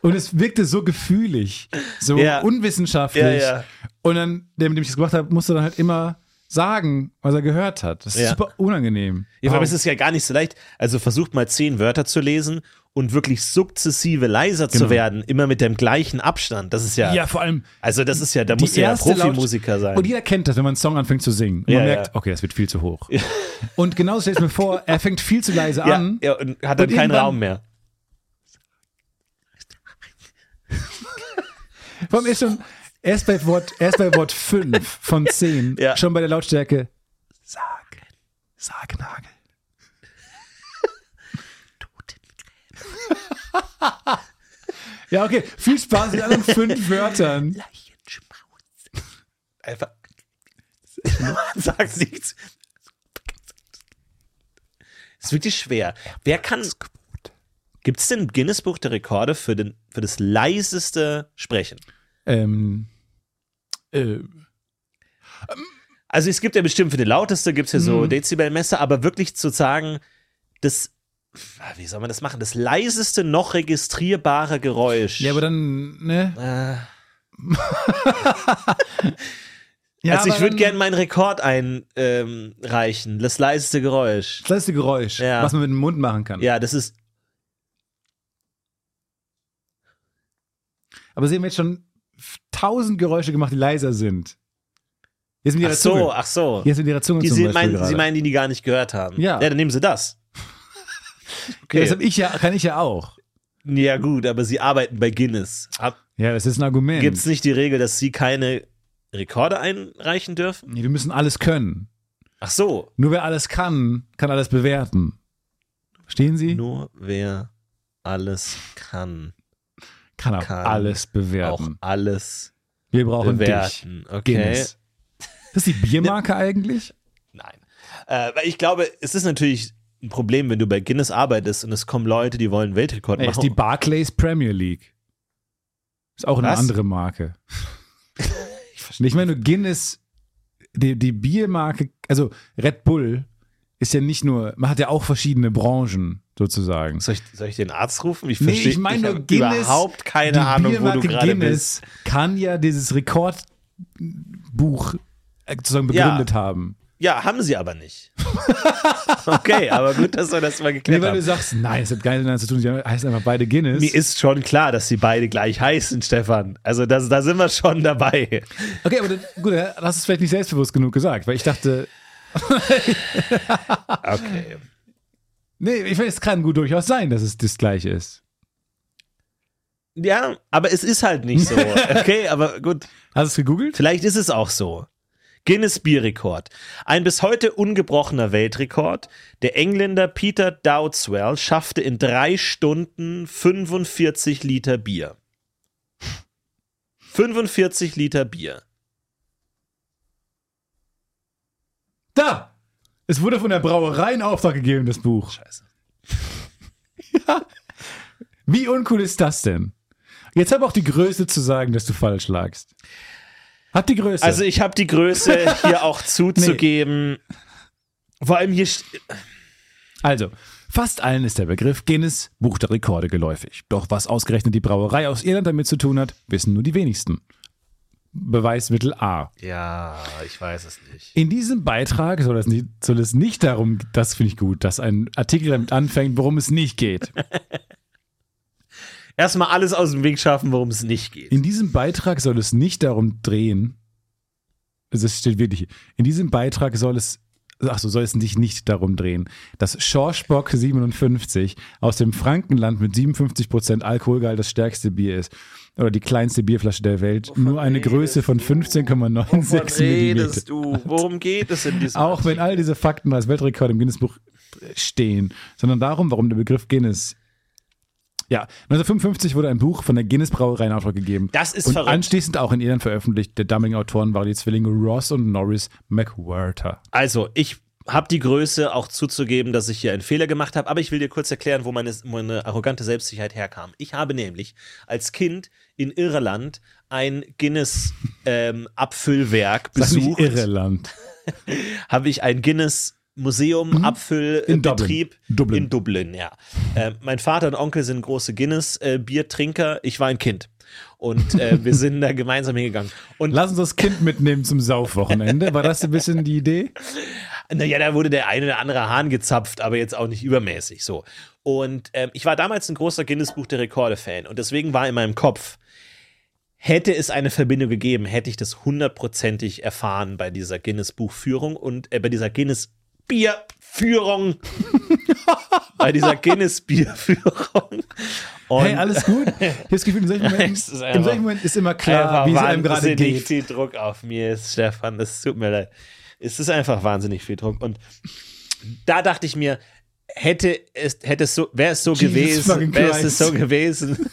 Und es wirkte so gefühlig, so Ja. unwissenschaftlich. Ja, ja. Und dann, der, mit dem ich das gemacht habe, musste dann halt immer sagen, was er gehört hat. Das ist Ja. super unangenehm. Ja, aber Wow. es ist ja gar nicht so leicht. Also versucht mal zehn Wörter zu lesen und wirklich sukzessive leiser Genau. zu werden, immer mit dem gleichen Abstand. Das ist ja, ja, vor allem also das ist ja, da die musst du ja erste Laut- Profimusiker sein. Und jeder kennt das, wenn man einen Song anfängt zu singen. Und Ja, man ja. merkt, okay, das wird viel zu hoch. Und genauso stell ich mir vor, er fängt viel zu leise ja, an. ja, und hat dann Und keinen irgendwann- Raum mehr. [laughs] Vor allem ist schon, erst bei Wort, erst bei Wort 5 von 10, Ja. schon bei der Lautstärke, sag, sag Nagel. Ja, okay. Viel Spaß mit anderen fünf Wörtern. Einfach. [laughs] Sag nichts. Ist wirklich schwer. Wer kann. Gibt es denn Guinness-Buch der Rekorde für, den, für das leiseste Sprechen? Ähm, äh, Mhm. Also es gibt ja bestimmt für den lauteste, gibt es ja so Dezibelmesser, aber wirklich zu sagen, das, wie soll man das machen? Das leiseste noch registrierbare Geräusch. Ja, aber dann, ne? äh, Ja, also ich aber würde dann- gerne meinen Rekord einreichen. Ähm, reichen. das leiseste Geräusch. Das letzte Geräusch, Ja. was man mit dem Mund machen kann. Ja, das ist. Aber sie haben jetzt schon tausend Geräusche gemacht, die leiser sind. Jetzt mit ihrer Ach so, Zunge. ach so. Jetzt mit ihrer Zunge Die, zum sie, Beispiel meinen, gerade. sie meinen, die die gar nicht gehört haben. Ja. ja dann nehmen sie das. ja, das hab ich ja, kann ich ja auch. Ja, gut, aber sie arbeiten bei Guinness. Ab, Ja, das ist ein Argument. Gibt es nicht die Regel, dass sie keine Rekorde einreichen dürfen? Nee, wir müssen alles können. Ach so. Nur wer alles kann, kann alles bewerten. Verstehen Sie? Nur wer alles kann, kann auch kann alles auch bewerten. alles wir brauchen dich. bewerten. Okay. Guinness. Das ist die Biermarke eigentlich? Nein. Äh, weil ich glaube, es ist natürlich ein Problem, wenn du bei Guinness arbeitest und es kommen Leute, die wollen einen Weltrekord Nee, ist die machen. Barclays Premier League. Ist auch eine Was? [laughs] andere Marke. ich meine, Guinness, die, die Biermarke, also Red Bull ist ja nicht nur, man hat ja auch verschiedene Branchen sozusagen. soll, ich, soll ich den Arzt rufen? Ich Nee, verstehe ich meine nur hab Guinness, überhaupt die keine Ahnung, wo du Biermarke gerade bist. Guinness kann ja dieses Rekordbuch äh, sozusagen Ja. begründet haben. Ja, haben sie aber nicht. [laughs] okay, aber gut, dass wir das mal Nee, geklärt weil du haben. sagst, nein, es hat gar nichts damit zu tun, die heißen einfach beide Guinness. Mir ist schon klar, dass sie beide gleich heißen, Stefan. Also das, da sind wir schon dabei. Okay, aber dann, gut, dann hast du es vielleicht nicht selbstbewusst genug gesagt, weil ich dachte, Okay. nee, ich weiß, es kann gut durchaus sein, dass es das gleiche ist. Ja, aber es ist halt nicht [laughs] so. Okay, aber gut. Hast du es gegoogelt? Vielleicht ist es auch so. Guinness Bierrekord. Ein bis heute ungebrochener Weltrekord. Der Engländer Peter Dowdswell schaffte in drei Stunden 45 Liter Bier. 45 Liter Bier. Da! Es wurde von der Brauerei in Auftrag gegeben, das Buch. Scheiße. Wie uncool ist das denn? Jetzt hab auch die Größe zu sagen, dass du falsch lagst. Hab die Größe. Also ich habe die Größe hier [laughs] auch zuzugeben. Vor allem hier st- Also, fast allen ist der Begriff Guinness Buch der Rekorde geläufig. Doch was ausgerechnet die Brauerei aus Irland damit zu tun hat, wissen nur die wenigsten. Beweismittel A. Ja, ich weiß es nicht. In diesem Beitrag soll es nicht, soll es nicht darum, das finde ich gut, dass ein Artikel damit anfängt, worum es nicht geht. Erstmal alles aus dem Weg schaffen, worum es nicht geht. In diesem Beitrag soll es nicht darum drehen. Also Das steht wirklich. hier. In diesem Beitrag soll es, ach so, soll es sich nicht darum drehen, dass Schorschbock 57 aus dem Frankenland mit 57% Alkoholgehalt das stärkste Bier ist. Oder die kleinste Bierflasche der Welt. nur eine Größe von Oh, 15,96 Milliliter. du? Worum geht es in diesem Auch wenn Artikel? all diese Fakten als Weltrekord im Guinness-Buch stehen, sondern darum, warum der Begriff Guinness. Ja, 1955 wurde ein Buch von der Guinness-Brauerei in Auftrag gegeben. Das ist und verrückt. anschließend auch in Irland veröffentlicht. Der damaligen Autoren waren die Zwillinge Ross und Norris McWhirter. Also, ich habe die Größe auch zuzugeben, dass ich hier einen Fehler gemacht habe, aber ich will dir kurz erklären, wo meine, meine arrogante Selbstsicherheit herkam. Ich habe nämlich als Kind in Irland ein Guinness-Abfüllwerk Das ist nicht besucht. Irland. habe ich ein Guinness Museum Mhm. In Dublin. Apfelbetrieb Dublin. in Dublin, ja. Äh, mein Vater und Onkel sind große Guinness äh, Biertrinker, ich war ein Kind und äh, wir sind da gemeinsam hingegangen. Und Lass uns das Kind mitnehmen zum Saufwochenende. War das ein bisschen die Idee? naja, da wurde der eine oder andere Hahn gezapft, aber jetzt auch nicht übermäßig so. Und ähm, ich war damals ein großer Guinness Buch der Rekorde Fan und deswegen war in meinem Kopf Hätte es eine Verbindung gegeben, hätte ich das hundertprozentig erfahren bei dieser Guinness-Buchführung und äh, bei dieser Guinness-Bierführung. bei dieser Guinness-Bierführung. Und Hey, alles gut? Ich habe das Gefühl, [laughs] in solchen Momenten, Es ist einfach- in solchen Momenten ist immer einfach klar, wie es einem gerade wahnsinnig geht. viel Druck auf mir ist, Stefan. Das tut mir leid. Es ist einfach wahnsinnig viel Druck. Und da dachte ich mir, hätte es, hätte es so, wäre es so Jesus fucking gewesen, wäre es Christ. so [laughs] gewesen.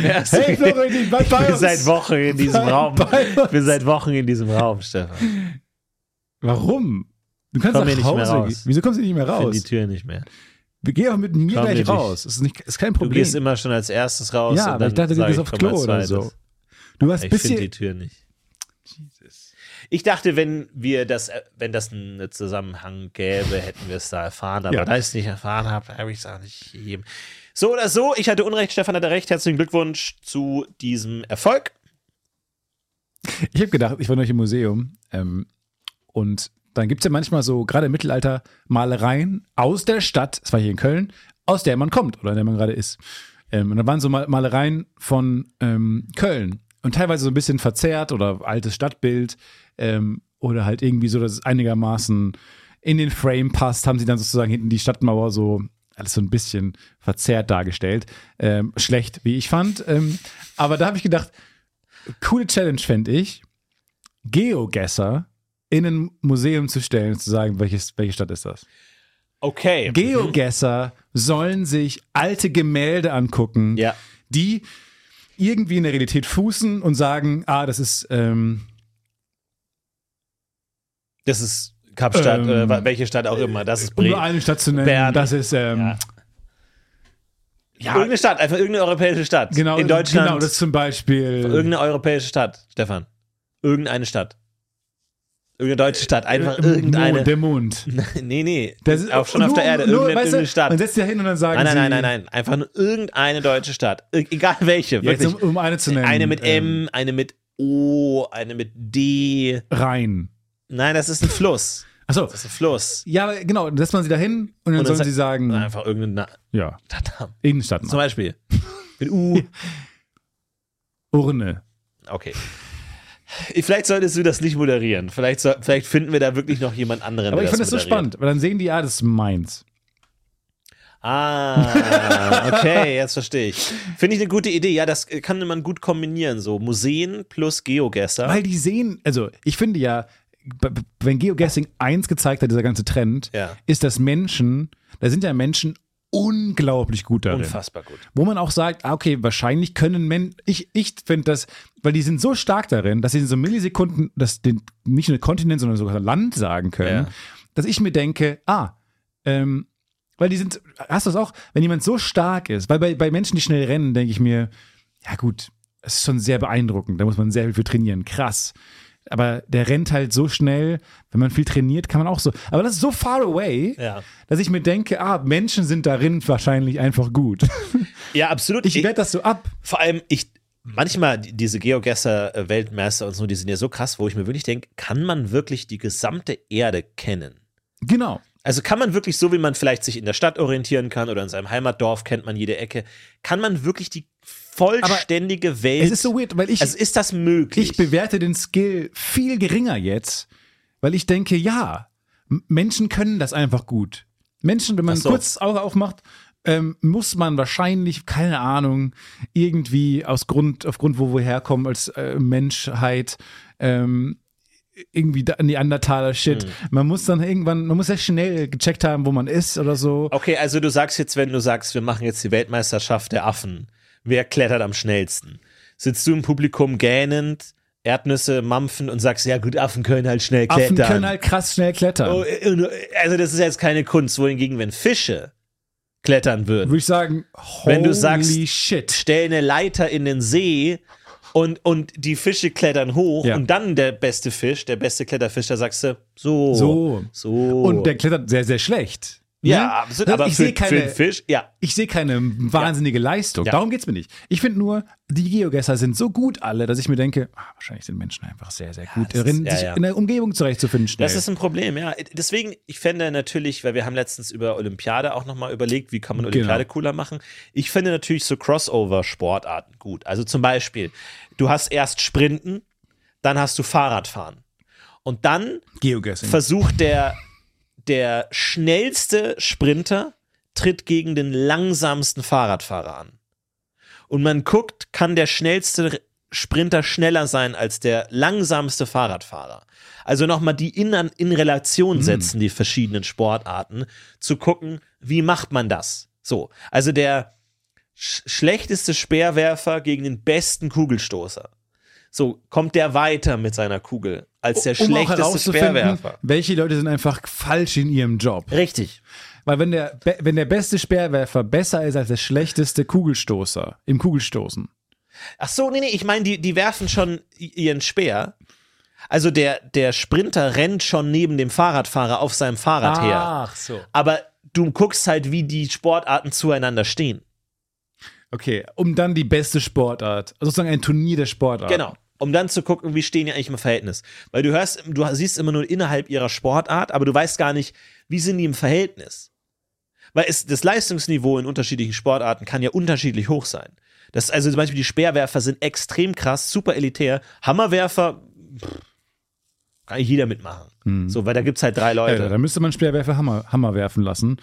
Wäre es so Hey, gewesen. Florentin, bleib Ich bei bin uns. seit Wochen in diesem Bleib Raum. bei Ich bin uns. seit Wochen in diesem Raum, Stefan. Warum? Du kannst Komm hier nach nicht mehr Hause raus. gehen. Wieso kommst du nicht mehr Ich finde raus? die Tür nicht mehr. Wir gehen auch mit mir Komm hier gleich nicht. raus. Das ist, nicht, ist kein Du Problem. gehst immer schon als erstes raus. ja, und aber dann ich dachte, du sag gehst aufs komm Klo als oder zweites. so. Du hast Ich finde bisschen. die Tür nicht. Ich dachte, wenn wir das, äh, wenn das einen Zusammenhang gäbe, hätten wir es da erfahren. Aber Ja. da ich es nicht erfahren habe, habe ich es auch nicht gegeben. So oder so, ich hatte Unrecht, Stefan hatte recht. Herzlichen Glückwunsch zu diesem Erfolg. Ich habe gedacht, ich war neulich im Museum ähm, und dann gibt es ja manchmal so, gerade im Mittelalter, Malereien aus der Stadt, das war hier in Köln, aus der man kommt oder in der man gerade ist. Ähm, und da waren so Mal Malereien von ähm, Köln und teilweise so ein bisschen verzerrt oder altes Stadtbild ähm, oder halt irgendwie so, dass es einigermaßen in den Frame passt, haben sie dann sozusagen hinten die Stadtmauer so alles so ein bisschen verzerrt dargestellt. Ähm, schlecht, wie ich fand. Ähm, aber da habe ich gedacht, coole Challenge fände ich, Geogesser in ein Museum zu stellen und zu sagen, welches, welche Stadt ist das. Mhm. Okay. Mhm. Geogesser sollen sich alte Gemälde angucken, Ja. die irgendwie in der Realität fußen und sagen, ah, das ist, ähm, Das ist Kapstadt, Ähm, äh, wa- welche Stadt auch immer. Das ist um Bremen. nur eine Stadt zu nennen, Bern. das ist, ähm, Ja. irgendeine Stadt, einfach irgendeine europäische Stadt. genau, In Deutschland. genau, das zum Beispiel, Irgendeine europäische Stadt, Stefan. Irgendeine Stadt. Irgendeine deutsche Stadt. Einfach Mond, irgendeine. Äh, der Mond. [laughs] Nee, nee. Das ist, auch schon auf nur- der Erde. nur, Irgendeine, weißt du, irgendeine Stadt. Man setzt sich da hin und dann sagen Nein, nein, sie, nein, nein, nein. Einfach nur irgendeine deutsche Stadt. E- Egal welche. Jetzt, Wirklich. um, um eine zu nennen. eine mit M, ähm, eine mit O, eine mit D. Rhein. Nein, das ist ein Fluss. Achso, Das ist ein Fluss. Ja, aber genau, dann setzt man sie da hin und dann Und dann sollen sa- sie sagen, Einfach irgendeine Na- ja, Stadt haben. Innenstadt Zum machen. Beispiel. Mit U. Urne. Okay. Vielleicht solltest du das nicht moderieren. Vielleicht, soll, vielleicht finden wir da wirklich noch jemand anderen. Aber der ich finde das so moderiert. spannend, weil dann sehen die, ja, das ist meins. Ah, okay, jetzt verstehe ich. Finde ich eine gute Idee. Ja, das kann man gut kombinieren. So Museen plus Geogesser. Weil die sehen, also ich finde ja, b- b- wenn Geoguessing 1 gezeigt hat, dieser ganze Trend, Ja. ist, dass Menschen, da sind ja Menschen unglaublich gut darin. Unfassbar gut. Wo man auch sagt, ah, okay, wahrscheinlich können Menschen, ich, ich finde das, weil die sind so stark darin, dass sie in so Millisekunden das den, nicht nur Kontinent, sondern sogar Land sagen können, Ja. dass ich mir denke, ah, ähm, weil die sind, hast du das auch, wenn jemand so stark ist, weil bei, bei Menschen, die schnell rennen, denke ich mir, ja gut, es ist schon sehr beeindruckend, da muss man sehr viel für trainieren, krass. Aber der rennt halt so schnell, wenn man viel trainiert, kann man auch so. Aber das ist so far away, Ja. dass ich mir denke, ah, Menschen sind darin wahrscheinlich einfach gut. [laughs] Ja, absolut. Ich werde das so ab. vor allem, ich manchmal die- diese Geogesser-Weltmeister und so, die sind ja so krass, wo ich mir wirklich denke, kann man wirklich die gesamte Erde kennen? Genau. Also kann man wirklich, so wie man vielleicht sich in der Stadt orientieren kann oder in seinem Heimatdorf kennt man jede Ecke, kann man wirklich die vollständige Welt. Es ist so weird, weil ich, also ist das möglich? ich bewerte den Skill viel geringer jetzt, weil ich denke, ja, M- Menschen können das einfach gut. Menschen, wenn man Ach so. kurz das Auge aufmacht, ähm, muss man wahrscheinlich, keine Ahnung, irgendwie aus Grund, aufgrund, wo wir herkommen als äh, Menschheit, ähm, irgendwie da- Neandertaler-Shit. Man muss dann irgendwann, man muss sehr schnell gecheckt haben, wo man ist oder so. Okay, also du sagst jetzt, wenn du sagst, wir machen jetzt die Weltmeisterschaft der Affen, wer klettert am schnellsten? Sitzt du im Publikum gähnend, Erdnüsse mampfen und sagst, ja gut, Affen können halt schnell Affen klettern. können halt krass schnell klettern. Oh, äh, also das ist jetzt keine Kunst, wohingegen, wenn Fische klettern würden, Würde ich sagen, holy Wenn du sagst- shit. stell eine Leiter in den See und, und die Fische klettern hoch Ja. und dann der beste Fisch, der beste Kletterfisch, da sagst du, so, So. so. Und der klettert sehr, sehr schlecht. Ne? oh. ja, absolut, Das- aber ich für, sehe für keine, den Fisch, ja, ich sehe keine wahnsinnige Leistung. Ja. Darum geht's mir nicht. Ich finde nur, die Geogesser sind so gut alle, dass ich mir denke, ah, wahrscheinlich sind Menschen einfach sehr, sehr gut das darin, ist- ja, sich ja. in der Umgebung zurechtzufinden. Schnell. Das ist ein Problem, ja. Deswegen, ich fände natürlich, weil wir haben letztens über Olympiade auch nochmal überlegt, wie kann man Olympiade cooler machen. Ich finde natürlich so Crossover-Sportarten gut. Also zum Beispiel, du hast erst Sprinten, dann hast du Fahrradfahren. Und dann Geoguessing. versucht der, der schnellste Sprinter tritt gegen den langsamsten Fahrradfahrer an. Und man guckt, kann der schnellste Sprinter schneller sein als der langsamste Fahrradfahrer. Also nochmal die in, in Mhm. Relation setzen, die verschiedenen Sportarten, zu gucken, wie macht man das? So, also der sch schlechteste Speerwerfer gegen den besten Kugelstoßer. So, kommt der weiter mit seiner Kugel als der um auch schlechteste herauszufinden, Speerwerfer. Welche Leute sind einfach falsch in ihrem Job? Richtig. Weil wenn der, be- wenn der beste Speerwerfer besser ist als der schlechteste Kugelstoßer im Kugelstoßen, Ach so, nee, nee, ich meine, die, die werfen schon i- ihren Speer, Also der, der Sprinter rennt schon neben dem Fahrradfahrer auf seinem Fahrrad her. Ach so. Aber du guckst halt, wie die Sportarten zueinander stehen. Okay, um dann die beste Sportart, also sozusagen ein Turnier der Sportart. Genau. Um dann zu gucken, wie stehen die eigentlich im Verhältnis. Weil du hörst, du siehst immer nur innerhalb ihrer Sportart, aber du weißt gar nicht, wie sind die im Verhältnis. Weil es, das Leistungsniveau in unterschiedlichen Sportarten kann ja unterschiedlich hoch sein. Das, also zum Beispiel die Speerwerfer sind extrem krass, super elitär. Hammerwerfer, pff, kann nicht jeder mitmachen. So, weil da gibt es halt drei Leute. Mhm. Ja, Äh, da müsste man Speerwerfer Hammer, Hammer werfen lassen.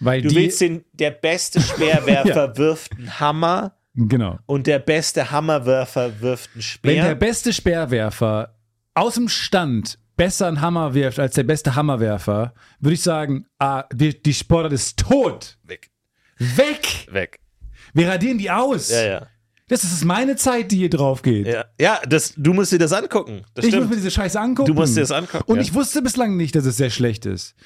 Weil du die, willst den, der beste [laughs] Speerwerfer wirft einen Hammer genau. und der beste Hammerwerfer wirft einen Speer. Wenn der beste Speerwerfer aus dem Stand besser einen Hammer wirft als der beste Hammerwerfer, würde ich sagen, ah, die, die Sportart ist tot. weg. Weg! Weg. Wir radieren die aus. Ja, ja. Das ist meine Zeit, die hier drauf geht. Ja, ja das, du musst dir das angucken. Das ich muss mir stimmt. diese Scheiße angucken. Du musst dir das angucken, Und ja. ich wusste bislang nicht, dass es sehr schlecht ist.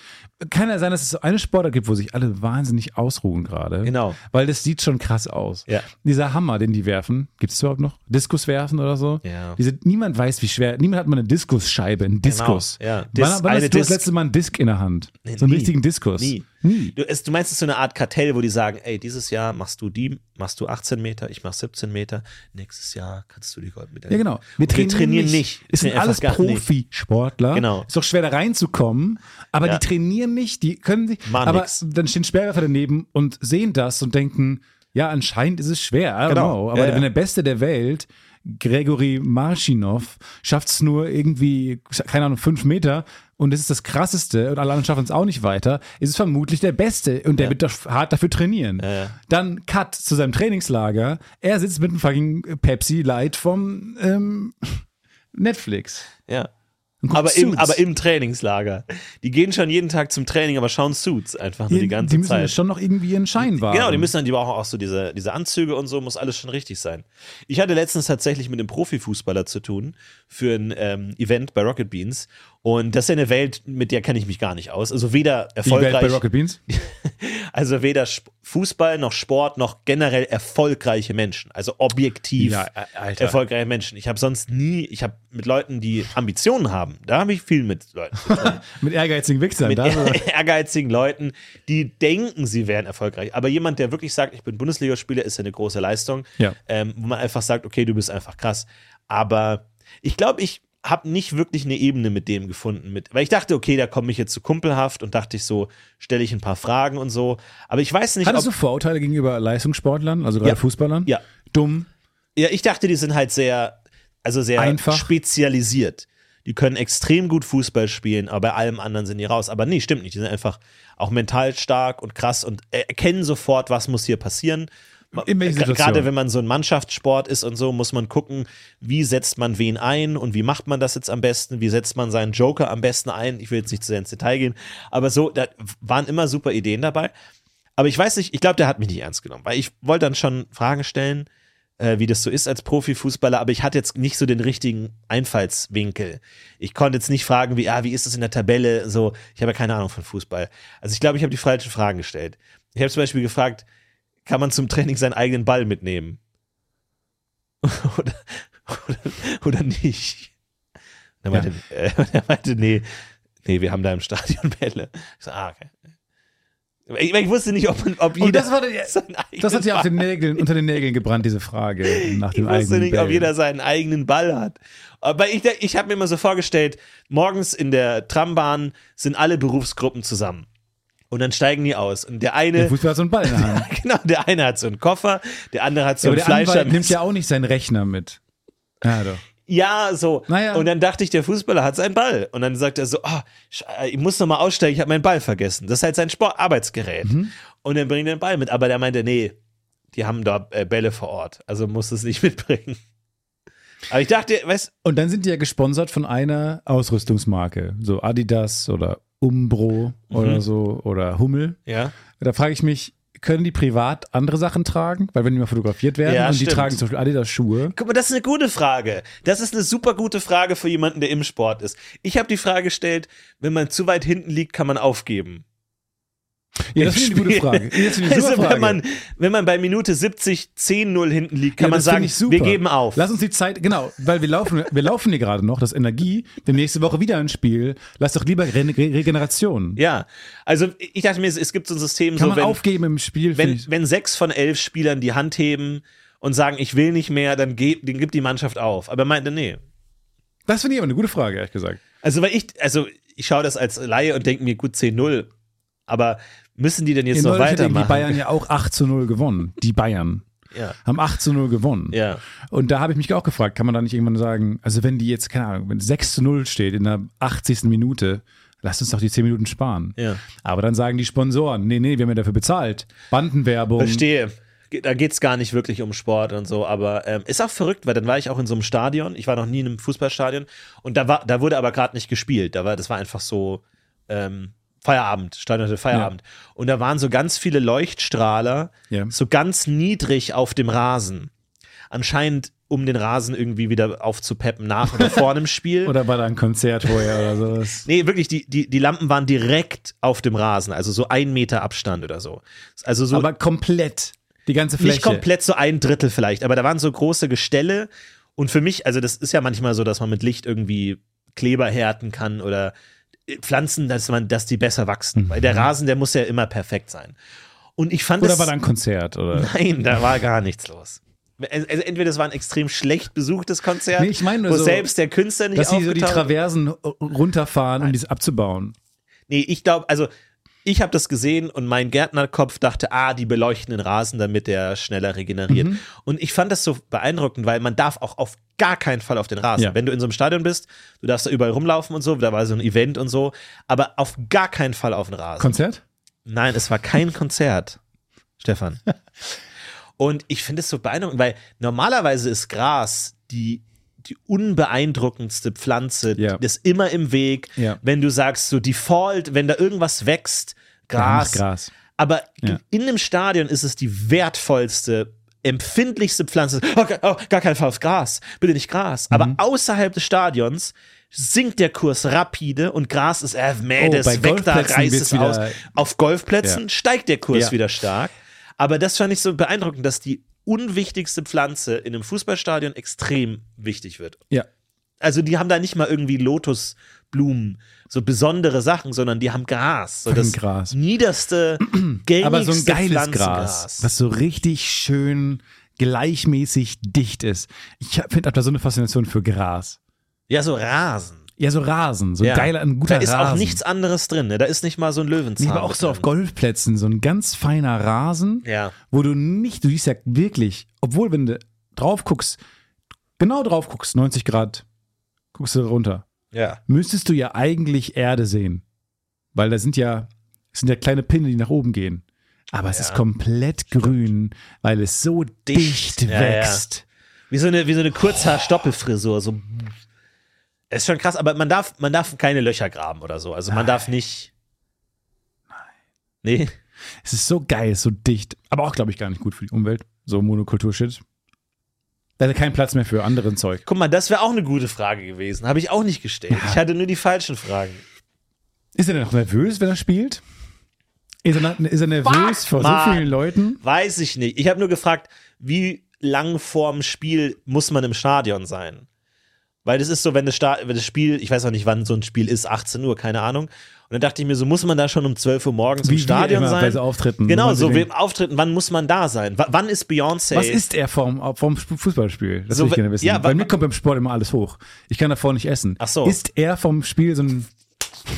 Kann ja sein, dass es so eine Sportart gibt, wo sich alle wahnsinnig ausruhen gerade. Genau. Weil das sieht schon krass aus. Ja. Dieser Hammer, den die werfen, gibt es überhaupt noch? Diskus werfen oder so? Ja. Genau, Diese, niemand weiß, wie schwer. Niemand hat mal eine Diskusscheibe, einen Diskus. ja. Dis, Dis- wann wann eine hast du das Dis- letzte Mal einen Disk in der Hand? Nee, so einen nie. richtigen Diskus. Nie. Nie. Du, es, du meinst, es ist so eine Art Kartell, wo die sagen, ey, dieses Jahr machst du die, machst du 18 Meter, ich mach 17 Meter, nächstes Jahr kannst du die Goldmedaille. Ja, genau. Wir, trainieren, nicht. Es sind Wir alles einfach gar nicht. Profisportler. Genau. Ist doch schwer da reinzukommen, aber Ja. die trainieren nicht, die können sich. Machen aber nix. dann stehen Sperrwerfer daneben und sehen das und denken, ja, anscheinend ist es schwer. I don't Genau. know. Aber Ja, ja. wenn der Beste der Welt, Gregory Marschinov, schafft es nur irgendwie, keine Ahnung, fünf Meter und das ist das Krasseste und alle anderen schaffen es auch nicht weiter, ist es vermutlich der Beste und der wird doch hart dafür trainieren. Dann Cut zu seinem Trainingslager. Er sitzt mit einem fucking Pepsi Light vom ähm, Netflix. Ja. Und guckt Aber im, Suits. aber im Trainingslager. Die gehen schon jeden Tag zum Training, aber schauen Suits einfach nur die ganze die müssen ja Zeit. schon noch irgendwie ihren Schein wahren. Genau, die müssen dann, die brauchen auch so diese, diese Anzüge und so, muss alles schon richtig sein. Ich hatte letztens tatsächlich mit einem Profifußballer zu tun für ein ähm, Event bei Rocket Beans. Und das ist ja eine Welt, mit der kenne ich mich gar nicht aus. Also weder die Welt bei erfolgreich, [laughs] Rocket Beans. also weder Sp- Fußball noch Sport noch generell erfolgreiche Menschen. Also objektiv Ja, äh, Alter. erfolgreiche Menschen. Ich habe sonst nie, ich habe mit Leuten, die Ambitionen haben, da habe ich viel mit Leuten zu tun. Mit ehrgeizigen Wichsern. mit da, [laughs] [laughs] ehrgeizigen Leuten, die denken, sie wären erfolgreich. Aber jemand, der wirklich sagt, ich bin Bundesligaspieler, ist ja eine große Leistung, Ja. ähm, wo man einfach sagt, okay, du bist einfach krass. Aber ich glaube, ich habe nicht wirklich eine Ebene mit dem gefunden, mit, weil ich dachte, okay, da komme ich jetzt zu kumpelhaft und dachte ich so, stelle ich ein paar Fragen und so. Aber ich weiß nicht, Hattest du ob, Vorurteile gegenüber Leistungssportlern, also gerade Ja. Fußballern? ja, Dumm. ja, ich dachte, die sind halt sehr, also sehr Einfach. spezialisiert. Die können extrem gut Fußball spielen, aber bei allem anderen sind die raus. Aber nee, stimmt nicht. Die sind einfach auch mental stark und krass und er- erkennen sofort, was muss hier passieren. Ma- In Äh, welchen gra- Situationen? Gerade wenn man so ein Mannschaftssport ist und so, muss man gucken, wie setzt man wen ein und wie macht man das jetzt am besten, wie setzt man seinen Joker am besten ein. Ich will jetzt nicht zu sehr ins Detail gehen, aber so, da waren immer super Ideen dabei. Aber ich weiß nicht, ich glaube, der hat mich nicht ernst genommen, weil ich wollte dann schon Fragen stellen, äh, wie das so ist als Profifußballer, aber ich hatte jetzt nicht so den richtigen Einfallswinkel. Ich konnte jetzt nicht fragen, wie, ah, wie ist es in der Tabelle? So, ich habe ja keine Ahnung von Fußball. Also ich glaube, ich habe die falschen Fragen gestellt. Ich habe zum Beispiel gefragt, kann man zum Training seinen eigenen Ball mitnehmen? [laughs] oder, oder, oder nicht? Und Er meinte, äh, [laughs] er meinte nee, nee, wir haben da im Stadion Bälle. Ich so, ah, okay. Ich, ich wusste nicht, ob, man, ob jeder. Und das, war, [laughs] seinen das hat eigenen ja auf Ball- den Nägeln, unter den Nägeln gebrannt, diese Frage nach [laughs] dem ich wusste eigenen nicht, ob Bell. jeder seinen eigenen Ball hat. Aber ich, ich habe mir immer so vorgestellt, morgens in der Trambahn sind alle Berufsgruppen zusammen. Und dann steigen die aus. Und der eine, Der Fußballer hat so einen Ball in der [laughs] [laughs] Hand. genau, der eine hat so einen Koffer, der andere hat so Aber einen der Anwalt nimmt Fleischermesser. ja auch nicht seinen Rechner mit. Ja, doch. Ja, so. Naja. Und dann dachte ich, der Fußballer hat seinen Ball. Und dann sagt er so, ah, sch- äh, ich muss nochmal aussteigen, ich habe meinen Ball vergessen. Das ist halt sein Sport Arbeitsgerät. Mhm. Und dann bringt er den Ball mit. Aber der meinte, nee, die haben da äh, Bälle vor Ort. Also muss es nicht [laughs] mitbringen. Aber ich dachte, weißt Und dann sind die ja gesponsert von einer Ausrüstungsmarke. So Adidas oder Umbro oder so oder Hummel. ja. Da frage ich mich, können die privat andere Sachen tragen? Weil wenn die mal fotografiert werden Ja, und die stimmt. tragen zum Beispiel Adidas-Schuhe. Guck mal, das ist eine gute Frage. Das ist eine super gute Frage für jemanden, der im Sport ist. Ich habe die Frage gestellt, wenn man zu weit hinten liegt, kann man aufgeben. Ja, das ist eine gute Frage. Das [laughs] ist eine [laughs] super Also, Frage. wenn man, wenn man bei Minute 70 10-0 hinten liegt, kann Ja, man das find sagen, ich super. wir geben auf. Lass uns die Zeit, genau, weil wir laufen, wir laufen hier gerade noch, das ist Energie, denn nächste Woche wieder ein Spiel. Lass doch lieber Re Re Regeneration. ja, also ich dachte mir, es- es gibt so ein System, Kann so man wenn, aufgeben im Spiel, find wenn, ich. wenn sechs von elf Spielern die Hand heben und sagen, ich will nicht mehr, dann, ge- dann gibt die Mannschaft auf. Aber meinte, nee. Das finde ich aber eine gute Frage, ehrlich gesagt. Also, weil ich, also ich schaue das als Laie und denke mir, gut, 10-0, aber müssen die denn jetzt In noch Deutschland hätten die weitermachen? Bayern ja auch 8 zu 0 gewonnen. Die Bayern ja. haben 8 zu 0 gewonnen. Ja. Und da habe ich mich auch gefragt, kann man da nicht irgendwann sagen, also wenn die jetzt, keine Ahnung, wenn 6 zu 0 steht in der 80. Minute, lasst uns doch die 10 Minuten sparen. Ja. Aber dann sagen die Sponsoren, nee, nee, wir haben ja dafür bezahlt. Bandenwerbung. Verstehe. Ge- Da geht's gar nicht wirklich um Sport und so, aber ähm, ist auch verrückt, weil dann war ich auch in so einem Stadion. Ich war noch nie in einem Fußballstadion und da war, da wurde aber gerade nicht gespielt. Da war, das war einfach so ähm, Feierabend, Stadion hatte Feierabend. Und da waren so ganz viele Leuchtstrahler, Ja. so ganz niedrig auf dem Rasen. Anscheinend, um den Rasen irgendwie wieder aufzupeppen nach oder vor einem [laughs] Spiel. [laughs] Oder war da ein Konzert vorher [laughs] oder sowas? Nee, wirklich, die, die, die Lampen waren direkt auf dem Rasen, also so ein Meter Abstand oder so. Also so Aber komplett. Die ganze Fläche. nicht komplett so ein Drittel vielleicht, aber da waren so große Gestelle. Und für mich, also das ist ja manchmal so, dass man mit Licht irgendwie Kleber härten kann oder äh, Pflanzen, dass man, dass die besser wachsen. Weil Mhm. der Rasen, der muss ja immer perfekt sein. Und ich fand Oder das. war da ein Konzert? Oder? [laughs] nein, da war gar nichts los. Also entweder es war ein extrem schlecht besuchtes Konzert, Nee, ich meine nur wo so, selbst der Künstler nicht Dass sie so die aufgetaucht Traversen runterfahren, um dies abzubauen. Nee, ich glaube, also ich habe das gesehen und mein Gärtnerkopf dachte, ah, die beleuchten den Rasen, damit der schneller regeneriert. Und ich fand das so beeindruckend, weil man darf auch auf gar keinen Fall auf den Rasen. Ja. Wenn du in so einem Stadion bist, du darfst da überall rumlaufen und so, da war so ein Event und so, aber auf gar keinen Fall auf den Rasen. Konzert? Nein, es war [laughs] kein Konzert, Stefan. Und ich finde es so beeindruckend, weil normalerweise ist Gras die, die unbeeindruckendste Pflanze, Ja. das ist immer im Weg. Ja. Wenn du sagst, so Default, wenn da irgendwas wächst, Gras. Ja, Gras. Aber Ja. in einem Stadion ist es die wertvollste, empfindlichste Pflanze. Oh, ga- oh, gar kein Fall auf Gras. Bitte nicht Gras. Mhm. Aber außerhalb des Stadions sinkt der Kurs rapide und Gras ist, äh, mäh, Oh, das bei weg da, Golfplätzen reißt es wird's aus. wieder- Auf Golfplätzen Ja. steigt der Kurs Ja. wieder stark. Aber das fand ich so beeindruckend, dass die unwichtigste Pflanze in einem Fußballstadion extrem wichtig wird. Ja. Also die haben da nicht mal irgendwie Lotusblumen, so besondere Sachen, sondern die haben Gras. So das Gras. [clears throat] niederste, gängigste Aber so ein geiles Pflanzengras. Gras, was so richtig schön gleichmäßig dicht ist. Ich finde, hab da so eine Faszination für Gras. Ja, so Rasen. Ja, so Rasen, so Ja. ein geiler, ein guter da ist Rasen. auch nichts anderes drin. Ne? Da ist nicht mal so ein Löwenzahn. Nee, aber auch so drin. auf Golfplätzen, so ein ganz feiner Rasen, Ja. wo du nicht, du siehst ja wirklich, obwohl, wenn du drauf guckst, genau drauf guckst, 90 Grad, guckst du runter, Ja. müsstest du ja eigentlich Erde sehen. Weil da sind ja, es sind ja kleine Pinne, die nach oben gehen. Aber es ist komplett grün, weil es so dicht, Dicht, ja, ja. wächst. Wie so eine, wie so eine Kurzhaar-Stoppelfrisur. So. Ist schon krass, aber man darf, man darf keine Löcher graben oder so. Also man darf nicht. Nein. Nee. Es ist so geil, so dicht. Aber auch, glaube ich, gar nicht gut für die Umwelt. So Monokultur-Shit. Da ist ja kein Platz mehr für anderen Zeug. Guck mal, das wäre auch eine gute Frage gewesen. Habe ich auch nicht gestellt. Ich hatte nur die falschen Fragen. Ist er denn noch nervös, wenn er spielt? Ist er, ist er nervös vor so Mann. vielen Leuten? Weiß ich nicht. Ich habe nur gefragt, wie lang vorm Spiel muss man im Stadion sein? Weil das ist so, wenn das, Sta wenn das Spiel, ich weiß auch nicht, wann so ein Spiel ist, 18 Uhr, keine Ahnung. Und dann dachte ich mir, so muss man da schon um 12 Uhr morgens Wie im wir Stadion immer bei sein? so Auftritten. genau, Wenn sie so wie denken, im Auftritten, wann muss man da sein? W wann ist Beyoncé? Was ist er vom, vom Sp- Fußballspiel? Das So, würde ich we- gerne wissen. ja, Bei wa- mir kommt beim Sport immer alles hoch. Ich kann davor nicht essen. Ach so. Ist er vom Spiel so ein.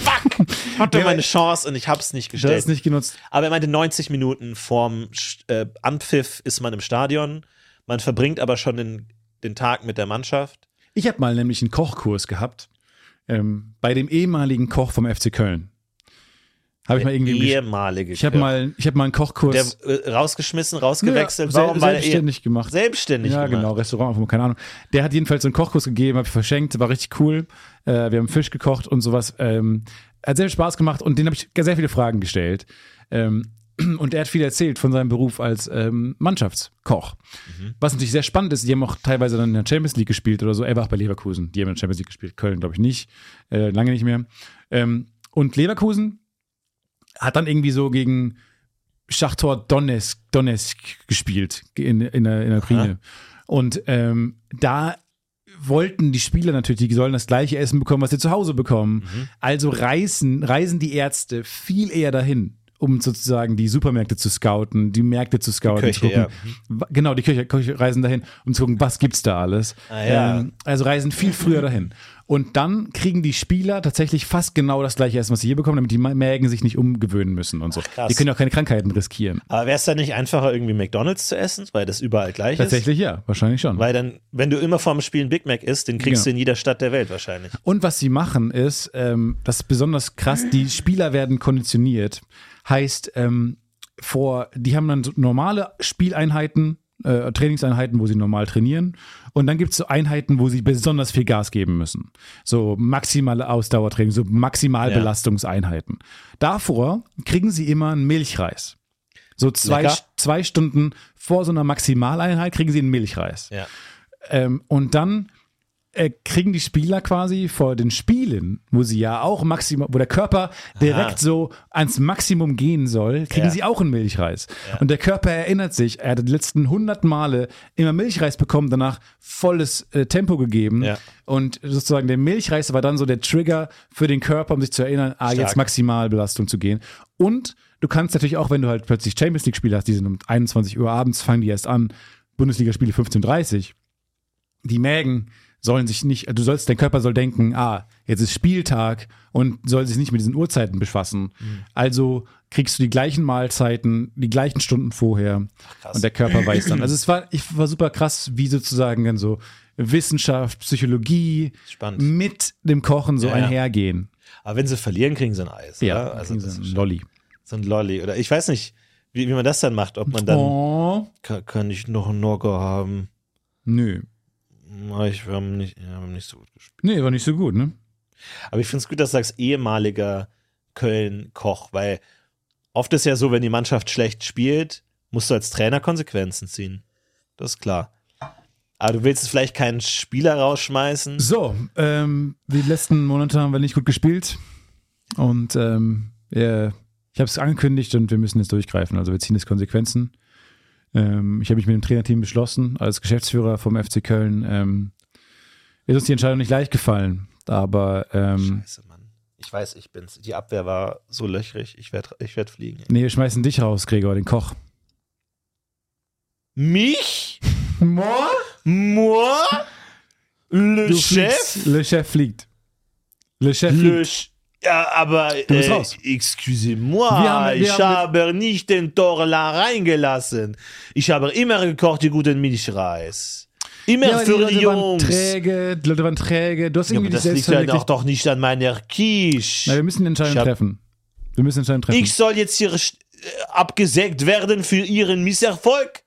Fuck! Ich hatte Ja, meine Chance und ich hab's nicht Der gestellt. ist nicht genutzt. Aber er meinte, 90 Minuten vorm Sch- äh, Anpfiff ist man im Stadion. Man verbringt aber schon den, den Tag mit der Mannschaft. Ich habe mal nämlich einen Kochkurs gehabt. Ähm, bei dem ehemaligen Koch vom FC Köln. Habe ich mal irgendwie. im Gespräch- ehemalige. Ich habe mal, ich hab mal einen Kochkurs. Äh, Der äh, rausgeschmissen, rausgewechselt. Nö, Warum sel- war der selbstständig eh- gemacht. Selbstständig ja, gemacht. genau, Restaurant, auf- keine Ahnung. Der hat jedenfalls so einen Kochkurs gegeben, habe ich verschenkt, war richtig cool. Äh, wir haben Fisch gekocht und sowas. Ähm, hat sehr viel Spaß gemacht und den habe ich sehr viele Fragen gestellt. Ähm, [clears throat] und er hat viel erzählt von seinem Beruf als ähm, Mannschaftskoch. Was natürlich sehr spannend ist, die haben auch teilweise dann in der Champions League gespielt oder so. Er war auch bei Leverkusen, die haben in der Champions League gespielt. Köln, glaube ich, nicht. Äh, lange nicht mehr. Ähm, und Leverkusen hat dann irgendwie so gegen Schachtor Donetsk, Donetsk gespielt in, in, der, in der Ukraine. Und ähm, da wollten die Spieler natürlich, die sollen das gleiche Essen bekommen, was sie zu Hause bekommen. Mhm. Also reisen, reisen die Ärzte viel eher dahin, um sozusagen die Supermärkte zu scouten, die Märkte zu scouten, Köche, zu gucken. ja. Wa- Genau, die Köche, Köche reisen dahin, um zu gucken, was gibt's da alles. Ah, ja. also reisen viel früher dahin. Und dann kriegen die Spieler tatsächlich fast genau das gleiche Essen, was sie hier bekommen, damit die Ma- Mägen sich nicht umgewöhnen müssen und so. krass. die können ja auch keine Krankheiten riskieren. Aber wäre es dann nicht einfacher, irgendwie McDonalds zu essen, weil das überall gleich ist? Tatsächlich ja, wahrscheinlich schon. Weil dann, wenn du immer vorm Spiel einen Big Mac isst, den kriegst Genau. du in jeder Stadt der Welt wahrscheinlich. Und was sie machen ist, ähm, das ist besonders krass, die Spieler werden konditioniert. Heißt, ähm, vor, die haben dann so normale Spieleinheiten, äh, Trainingseinheiten, wo sie normal trainieren. Und dann gibt es so Einheiten, wo sie besonders viel Gas geben müssen. So maximale Ausdauertraining, so Maximalbelastungseinheiten. Davor kriegen sie immer einen Milchreis. So zwei, Lecker. zwei Stunden vor so einer Maximaleinheit kriegen sie einen Milchreis. Ja. Ähm, und dann äh, kriegen die Spieler quasi vor den Spielen, wo sie ja auch maximal, wo der Körper direkt so ans Maximum gehen soll, kriegen Ja. sie auch einen Milchreis. Und der Körper erinnert sich, er hat die letzten 100 Male immer Milchreis bekommen, danach volles äh, Tempo gegeben. Ja. Und sozusagen der Milchreis war dann so der Trigger für den Körper, um sich zu erinnern, ah, jetzt Stark. Maximalbelastung zu gehen. Und du kannst natürlich auch, wenn du halt plötzlich Champions League-Spiele hast, die sind um 21 Uhr abends, fangen die erst an, Bundesligaspiele 15.30 die Mägen sollen sich nicht, du sollst, dein Körper soll denken, ah, jetzt ist Spieltag und soll sich nicht mit diesen Uhrzeiten befassen. Mhm. Also kriegst du die gleichen Mahlzeiten, die gleichen Stunden vorher krass. und der Körper weiß dann. Also es war, ich war super krass, wie sozusagen dann so Wissenschaft, Psychologie Spannend. mit dem Kochen so Ja, ja. einhergehen. Aber wenn sie verlieren, kriegen sie ein Eis. Ja, oder? Also also das ist Lolli. so ein Lolli. Oder ich weiß nicht, wie, wie man das dann macht. Ob man dann, Oh, kann, kann ich noch einen Nocker haben? nö. Na, Ich wir haben nicht, wir haben nicht so gut gespielt. Nee, war nicht so gut, ne? Aber ich finde es gut, dass du sagst, ehemaliger Köln-Koch, weil oft ist ja so, wenn die Mannschaft schlecht spielt, musst du als Trainer Konsequenzen ziehen. Das ist klar. Aber du willst vielleicht keinen Spieler rausschmeißen. So, ähm, die letzten Monate haben wir nicht gut gespielt. Und ähm, äh, ich habe es angekündigt und wir müssen jetzt durchgreifen. Also wir ziehen jetzt Konsequenzen. Ähm, ich habe mich mit dem Trainerteam beschlossen, als Geschäftsführer vom FC Köln. Ähm, ist uns die Entscheidung nicht leicht gefallen. Aber ähm, Scheiße, Mann. Ich weiß, ich bin's. Die Abwehr war so löchrig. Ich werde ich werd fliegen. nee, wir schmeißen dich raus, Gregor, den Koch. Mich? Moor? Moi? Le Du Chef? fliegst. Le Chef fliegt. Le Chef Le fliegt. Ch- ja, aber Du bist raus. äh, excusez-moi, Wir haben- wir ich haben- habe nicht den Torla reingelassen. Ich habe immer gekocht die guten Milchreis. Immer Ja, aber für die, Leute waren Jungs. träge, die Leute waren träge. Du hast Ja, irgendwie aber ja, das dich liegt selbst ja doch, verwirklicht. doch nicht an meiner Na, wir Quiche. müssen eine Entscheidung Ich hab- treffen. Wir müssen eine Entscheidung treffen. Ich soll jetzt hier sch- äh, abgesägt werden für ihren Misserfolg.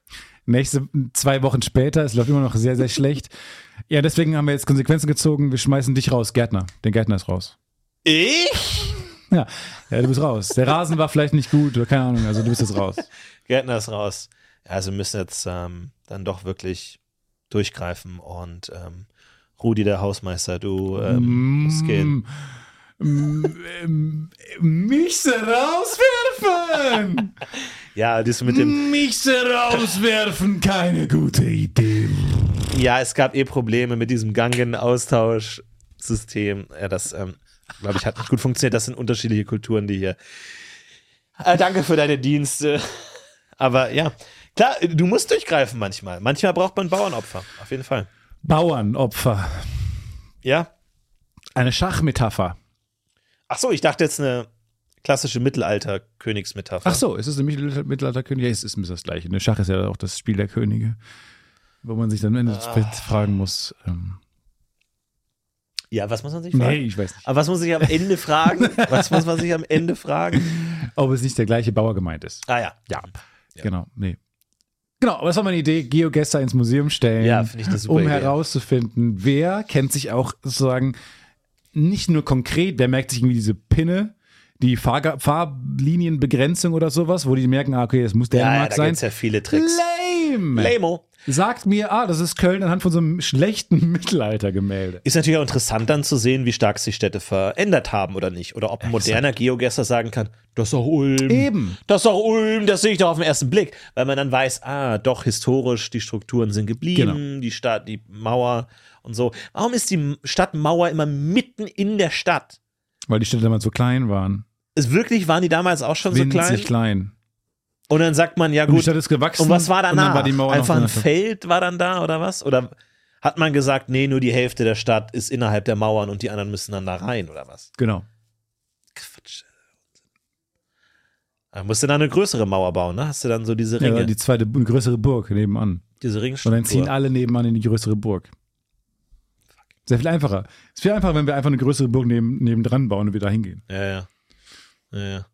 Nächste zwei Wochen später, es läuft immer noch sehr, sehr schlecht. Ja, deswegen haben wir jetzt Konsequenzen gezogen. Wir schmeißen dich raus, Gärtner. Der Gärtner ist raus. Ich? Ja, ja du bist raus. Der Rasen war vielleicht nicht gut oder keine Ahnung. Also du bist jetzt raus. Gärtner ist raus. Ja, Also wir müssen jetzt ähm, dann doch wirklich durchgreifen und ähm, Rudi, der Hausmeister, du Mm, ähm, musst gehen. ähm, Mich soll rauswerfen! Ja, das mit dem. Mich soll rauswerfen, keine gute Idee. Ja, es gab eh Probleme mit diesem Gangen-Austausch-System. Ja, das, ähm, glaube ich, hat nicht gut funktioniert. Das sind unterschiedliche Kulturen, die hier. Äh, danke für deine Dienste. [laughs] Aber ja, klar, du musst durchgreifen manchmal. Manchmal braucht man Bauernopfer, auf jeden Fall. Bauernopfer. Ja. Eine Schachmetapher. Ach so, ich dachte jetzt eine klassische Mittelalter-Königsmetapher. Ach so, ist es nämlich Mittelalterkönig? Ja, es ist mir das Gleiche. Ne? Schach ist ja auch das Spiel der Könige, wo man sich dann am Ende Ah. fragen muss. Ähm, Ja, was muss man sich fragen? nee, ich weiß nicht. Aber was muss ich am Ende [laughs] fragen? Was muss man sich am Ende fragen? Ob es nicht der gleiche Bauer gemeint ist. Ah ja. Ja. Genau, nee. Genau, aber das war meine Idee, Geogesser ins Museum stellen, Ja, finde ich eine super um Idee. herauszufinden, wer kennt sich auch sozusagen nicht nur konkret, wer merkt sich irgendwie diese Pinne, die Fahrga- Fahrlinienbegrenzung oder sowas, wo die merken, ah, okay, das muss Ja, ja, Dänemark da sein. gibt's ja viele Tricks. Lame! Lamo. sagt mir, ah, das ist Köln anhand von so einem schlechten [laughs] Mittelaltergemälde. Ist natürlich auch interessant dann zu sehen, wie stark sich Städte verändert haben oder nicht. Oder ob ein moderner Geogesser sagen kann, das ist doch Ulm. Eben. Das ist doch Ulm, das sehe ich doch auf den ersten Blick. Weil man dann weiß, ah, doch, historisch, die Strukturen sind geblieben, Genau. die Stadt, die Mauer und so. Warum ist die Stadtmauer immer mitten in der Stadt? Weil die Städte damals so klein waren. Ist wirklich, waren die damals auch schon so klein? Winzig klein. Und dann sagt man, ja Und die gut, Stadt ist gewachsen. Und was war dann danach? war die Mauer noch Einfach ein innerhalb. Feld war dann da oder was? Oder hat man gesagt, nee, nur die Hälfte der Stadt ist innerhalb der Mauern und die anderen müssen dann da rein oder was? Genau. Quatsch. Man musste dann eine größere Mauer bauen, ne? Hast du dann so diese Ja, Ringe, die zweite, eine größere Burg nebenan. diese Und dann ziehen Ringstruktur. alle nebenan in die größere Burg. Sehr viel einfacher. Es ist viel einfacher, wenn wir einfach eine größere Burg neben, nebendran bauen und wir da hingehen. Ja, ja. ja, ja.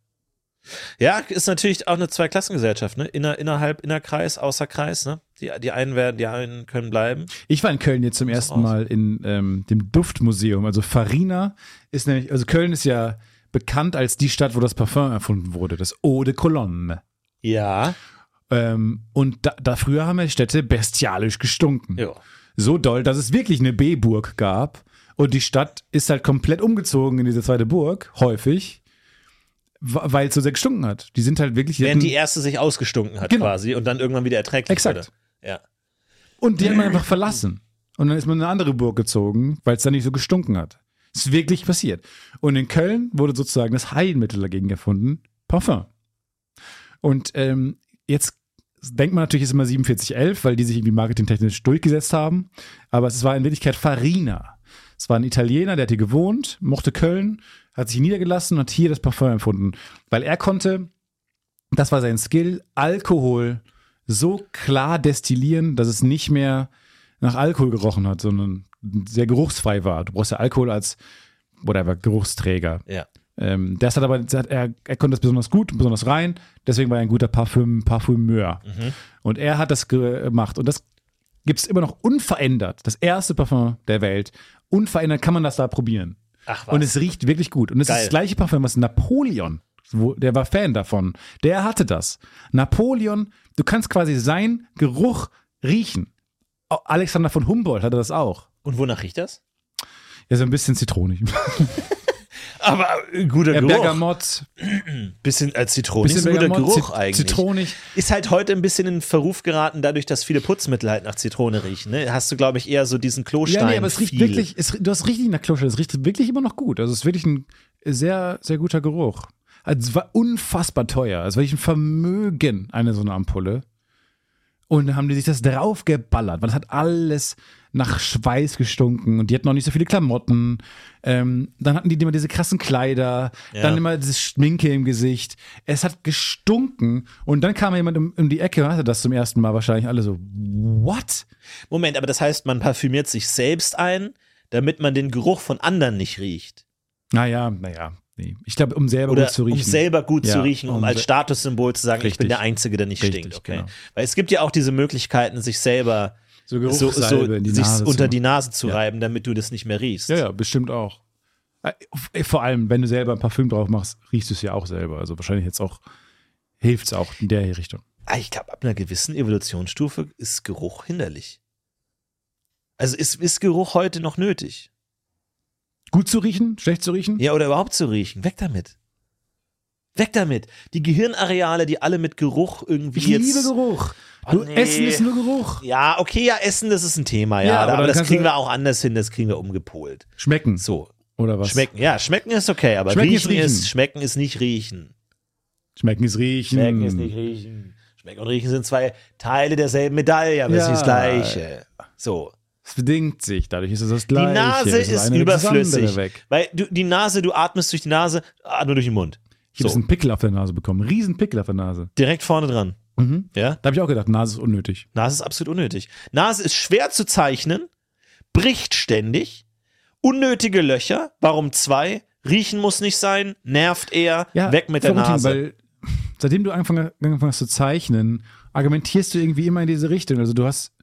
Ja, ist natürlich auch eine Zweiklassengesellschaft, ne? Inner, innerhalb, innerkreis, außerkreis, ne? Die, die einen werden, die einen können bleiben. Ich war in Köln jetzt zum ersten Mal in ähm, dem Duftmuseum. Also Farina ist nämlich, also Köln ist ja bekannt als die Stadt, wo das Parfum erfunden wurde, das Eau de Cologne. Ja. Ähm, und da, da früher haben ja die Städte bestialisch gestunken. Ja. so doll, dass es wirklich eine B-Burg gab. Und die Stadt ist halt komplett umgezogen in diese zweite Burg, häufig, wa- weil es so sehr gestunken hat. Die sind halt wirklich. Während die hatten- erste sich ausgestunken hat Genau. quasi und dann irgendwann wieder erträglich Exakt. wurde. Ja. und die hat man einfach verlassen. Und dann ist man in eine andere Burg gezogen, weil es da nicht so gestunken hat. Ist wirklich passiert. Und in Köln wurde sozusagen das Heilmittel dagegen erfunden: Parfum. Und ähm, jetzt denkt man natürlich, ist immer 4711, weil die sich irgendwie marketingtechnisch durchgesetzt haben. Aber es war in Wirklichkeit Farina. Es war ein Italiener, der hat hier gewohnt, mochte Köln, hat sich niedergelassen und hat hier das Parfum empfunden. Weil er konnte, das war sein Skill, Alkohol so klar destillieren, dass es nicht mehr nach Alkohol gerochen hat, sondern sehr geruchsfrei war. Du brauchst ja Alkohol als, whatever, Geruchsträger. Ja. Ähm, das hat aber, das hat, er, er konnte das besonders gut, besonders rein, deswegen war er ein guter Parfüm, Parfümeur. Und er hat das ge- gemacht und das gibt es immer noch unverändert. Das erste Parfüm der Welt, unverändert kann man das da probieren. Ach was. Und es riecht wirklich gut. Und es Geil. ist das gleiche Parfüm, was Napoleon, wo, der war Fan davon, der hatte das. Napoleon, du kannst quasi seinen Geruch riechen. Au- Alexander von Humboldt hatte das auch. und wonach riecht das? Ja, so ein [laughs] bisschen zitronig. Aber äh, guter Ja, Geruch. Bergamott, bisschen als Zitrone. bisschen Bisschen guter Bergamott, Geruch Zit- eigentlich. zitronig. Ist halt heute ein bisschen in Verruf geraten, dadurch, dass viele Putzmittel halt nach Zitrone riechen. Ne? Hast du, glaube ich, eher so diesen Klostein. Ja, nee, aber es riecht viel. wirklich, es, du hast richtig nach Klostein, es riecht wirklich immer noch gut. Also es ist wirklich ein sehr, sehr guter Geruch. Also es war unfassbar teuer. Es war wirklich ein Vermögen, eine so eine Ampulle. Und dann haben die sich das draufgeballert, weil es hat alles nach Schweiß gestunken und die hatten noch nicht so viele Klamotten. Ähm, dann hatten die immer diese krassen Kleider, dann immer diese Schminke im Gesicht. Es hat gestunken und dann kam jemand um, um die Ecke und hatte das zum ersten Mal wahrscheinlich alle so, what? Moment, aber das heißt, man parfümiert sich selbst ein, damit man den Geruch von anderen nicht riecht. Naja, naja. Nee. Ich glaube, um selber Oder gut zu riechen. um selber gut zu Ja, riechen, um, um als se- Statussymbol zu sagen, ich bin Richtig. der Einzige, der nicht Richtig, stinkt. Okay. genau. Weil es gibt ja auch diese Möglichkeiten, sich selber so so, Geruchssalbe so in die sich Nase unter zu- die Nase zu Ja. reiben, damit du das nicht mehr riechst. Ja, ja, bestimmt auch. Äh, Vor allem, wenn du selber ein Parfüm drauf machst, riechst du es ja auch selber. Also wahrscheinlich jetzt auch, hilft es auch in der Richtung. Ah, Ich glaube, ab einer gewissen Evolutionsstufe ist Geruch hinderlich. Also ist, ist Geruch heute noch nötig? Gut zu riechen, schlecht zu riechen? Ja, oder überhaupt zu riechen? Weg damit. Weg damit. Die Gehirnareale, die alle mit Geruch irgendwie ich jetzt. liebe Geruch. Ah, Du, nee. Essen ist nur Geruch. Ja, okay, ja, Essen, das ist ein Thema, ja. Ja, aber aber dann das kannst kriegen du- wir auch anders hin, das kriegen wir umgepolt. Schmecken, So, oder was? schmecken. Ja, schmecken ist okay, aber Schmecken ist riechen, ist riechen. schmecken ist nicht riechen. Schmecken ist riechen. Schmecken ist nicht riechen. Schmecken und riechen sind zwei Teile derselben Medaille, aber es ist das Ja. gleiche. So. Es bedingt sich, dadurch ist es das Gleiche. Die Nase Es ist eine rückt das andere überflüssig. Weg. Weil du, die Nase, du atmest durch die Nase, ah, nur durch den Mund. Ich habe So. so. einen Pickel auf der Nase bekommen. Riesen Pickel auf der Nase. Direkt vorne dran. Mhm. Ja? Da habe ich auch gedacht, Nase ist unnötig. Nase ist absolut unnötig. Nase ist schwer zu zeichnen, bricht ständig, unnötige Löcher, warum zwei? Riechen muss nicht sein, nervt eher, weg mit der Florentin, Nase. Weil seitdem du angefangen angefangen hast zu zeichnen, argumentierst du irgendwie immer in diese Richtung. Also du hast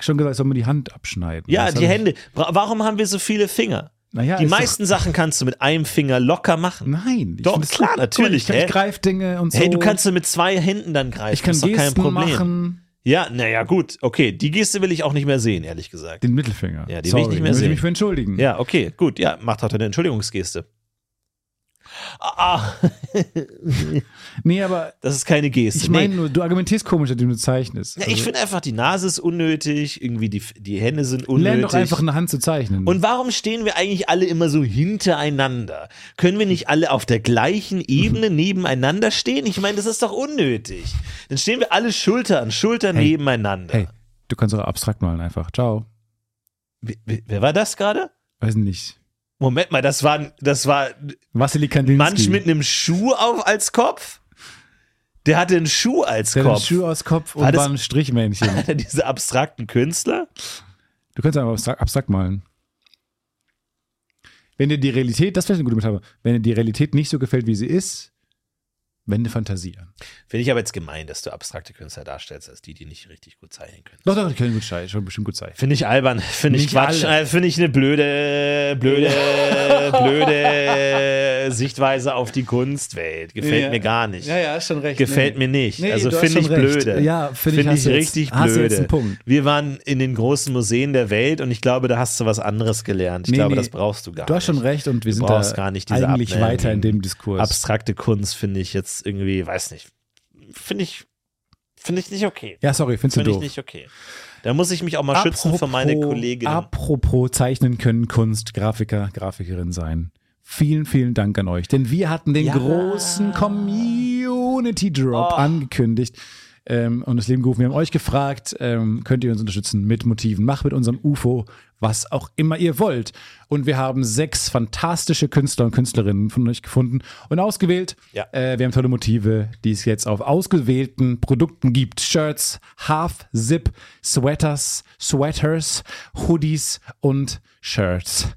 schon gesagt, ich soll man die Hand abschneiden. ja, Das die hab Hände. Bra- Warum haben wir so viele Finger? Ich, naja, die ist meisten Sachen kannst du mit einem Finger locker Doch, machen. nein. Ich Doch, find das klar, gut. Guck mal, natürlich, Ich, kann- hä? ich greife Dinge und so. Hey, du kannst sie mit zwei Händen dann greifen. Ich kann ist doch kein Gesten Problem. machen. Ja, naja, gut, okay. Die Geste will ich auch nicht mehr sehen, ehrlich gesagt. Den Mittelfinger. Ja, den will ich nicht mehr muss sehen. ich mich für entschuldigen. Ja, okay, gut. Ja, macht halt eine Entschuldigungsgeste. Ah, ah, Nee, aber das ist keine Geste. ich meine nur, du argumentierst komisch, indem du zeichnest. nee. ja, Also, ich finde einfach, die Nase ist unnötig, irgendwie die, die Hände sind unnötig. Lern doch einfach eine Hand zu zeichnen. Und warum stehen wir eigentlich alle immer so hintereinander? Können wir nicht alle auf der gleichen Mhm. Ebene nebeneinander stehen? Ich meine, das ist doch unnötig. Dann stehen wir alle Schulter an Schulter Hey. nebeneinander. hey, du kannst auch abstrakt malen einfach. Ciao. W- w- Wer war das gerade? Weiß nicht. Moment mal, das war, das war ein Wassily Kandinsky. Mensch mit einem Schuh auf als Kopf? Der hatte einen Schuh als der hat einen Kopf. Schuh aus Kopf und War das- war ein Strichmännchen. Diese abstrakten Künstler? Du kannst einfach abstrakt, abstrakt malen. Wenn dir die Realität, das wäre eine gute Metapher, wenn dir die Realität nicht so gefällt, wie sie ist, wende Fantasie an. Finde ich aber jetzt gemein, dass du abstrakte Künstler darstellst, als die, die nicht richtig gut zeichnen können. Doch, doch, die können gut zeichnen, schon bestimmt gut zeichnen. Finde ich albern, finde ich Nicht Quatsch, alle. äh, finde ich eine blöde, blöde, blöde Sichtweise auf die Kunstwelt. Gefällt Ja. mir gar nicht. ja, ist schon recht. Gefällt mir nicht. Nee, also du hast finde ich schon recht. blöde. Ja, finde ich, Finde hast ich du jetzt- richtig hast du blöde. jetzt einen Punkt. Wir waren in den großen Museen der Welt und ich glaube, da hast du was anderes gelernt. Ich Nee, glaube, nee. das brauchst du gar Du hast schon nicht. recht und wir Du sind da brauchst gar nicht diese eigentlich Abneigung weiter in gegen dem Diskurs. Abstrakte Kunst finde ich jetzt irgendwie, weiß nicht, finde ich, finde ich nicht okay. ja, sorry, findest du Finde ich doof. nicht okay. Da muss ich mich auch mal schützen vor meine Kolleginnen. Apropos zeichnen können Kunst, Grafiker, Grafikerin sein. Vielen, vielen Dank an euch, denn wir hatten den Ja. großen Community Drop Oh. angekündigt ähm, und das Leben gerufen. Wir haben euch gefragt, ähm, könnt ihr uns unterstützen mit Motiven? Macht mit unserem UFO, was auch immer ihr wollt. Und wir haben sechs fantastische Künstler und Künstlerinnen von euch gefunden und ausgewählt. Ja. Äh, wir haben tolle Motive, die es jetzt auf ausgewählten Produkten gibt. Shirts, Half-Zip, Sweaters, Sweaters, Hoodies und Shirts.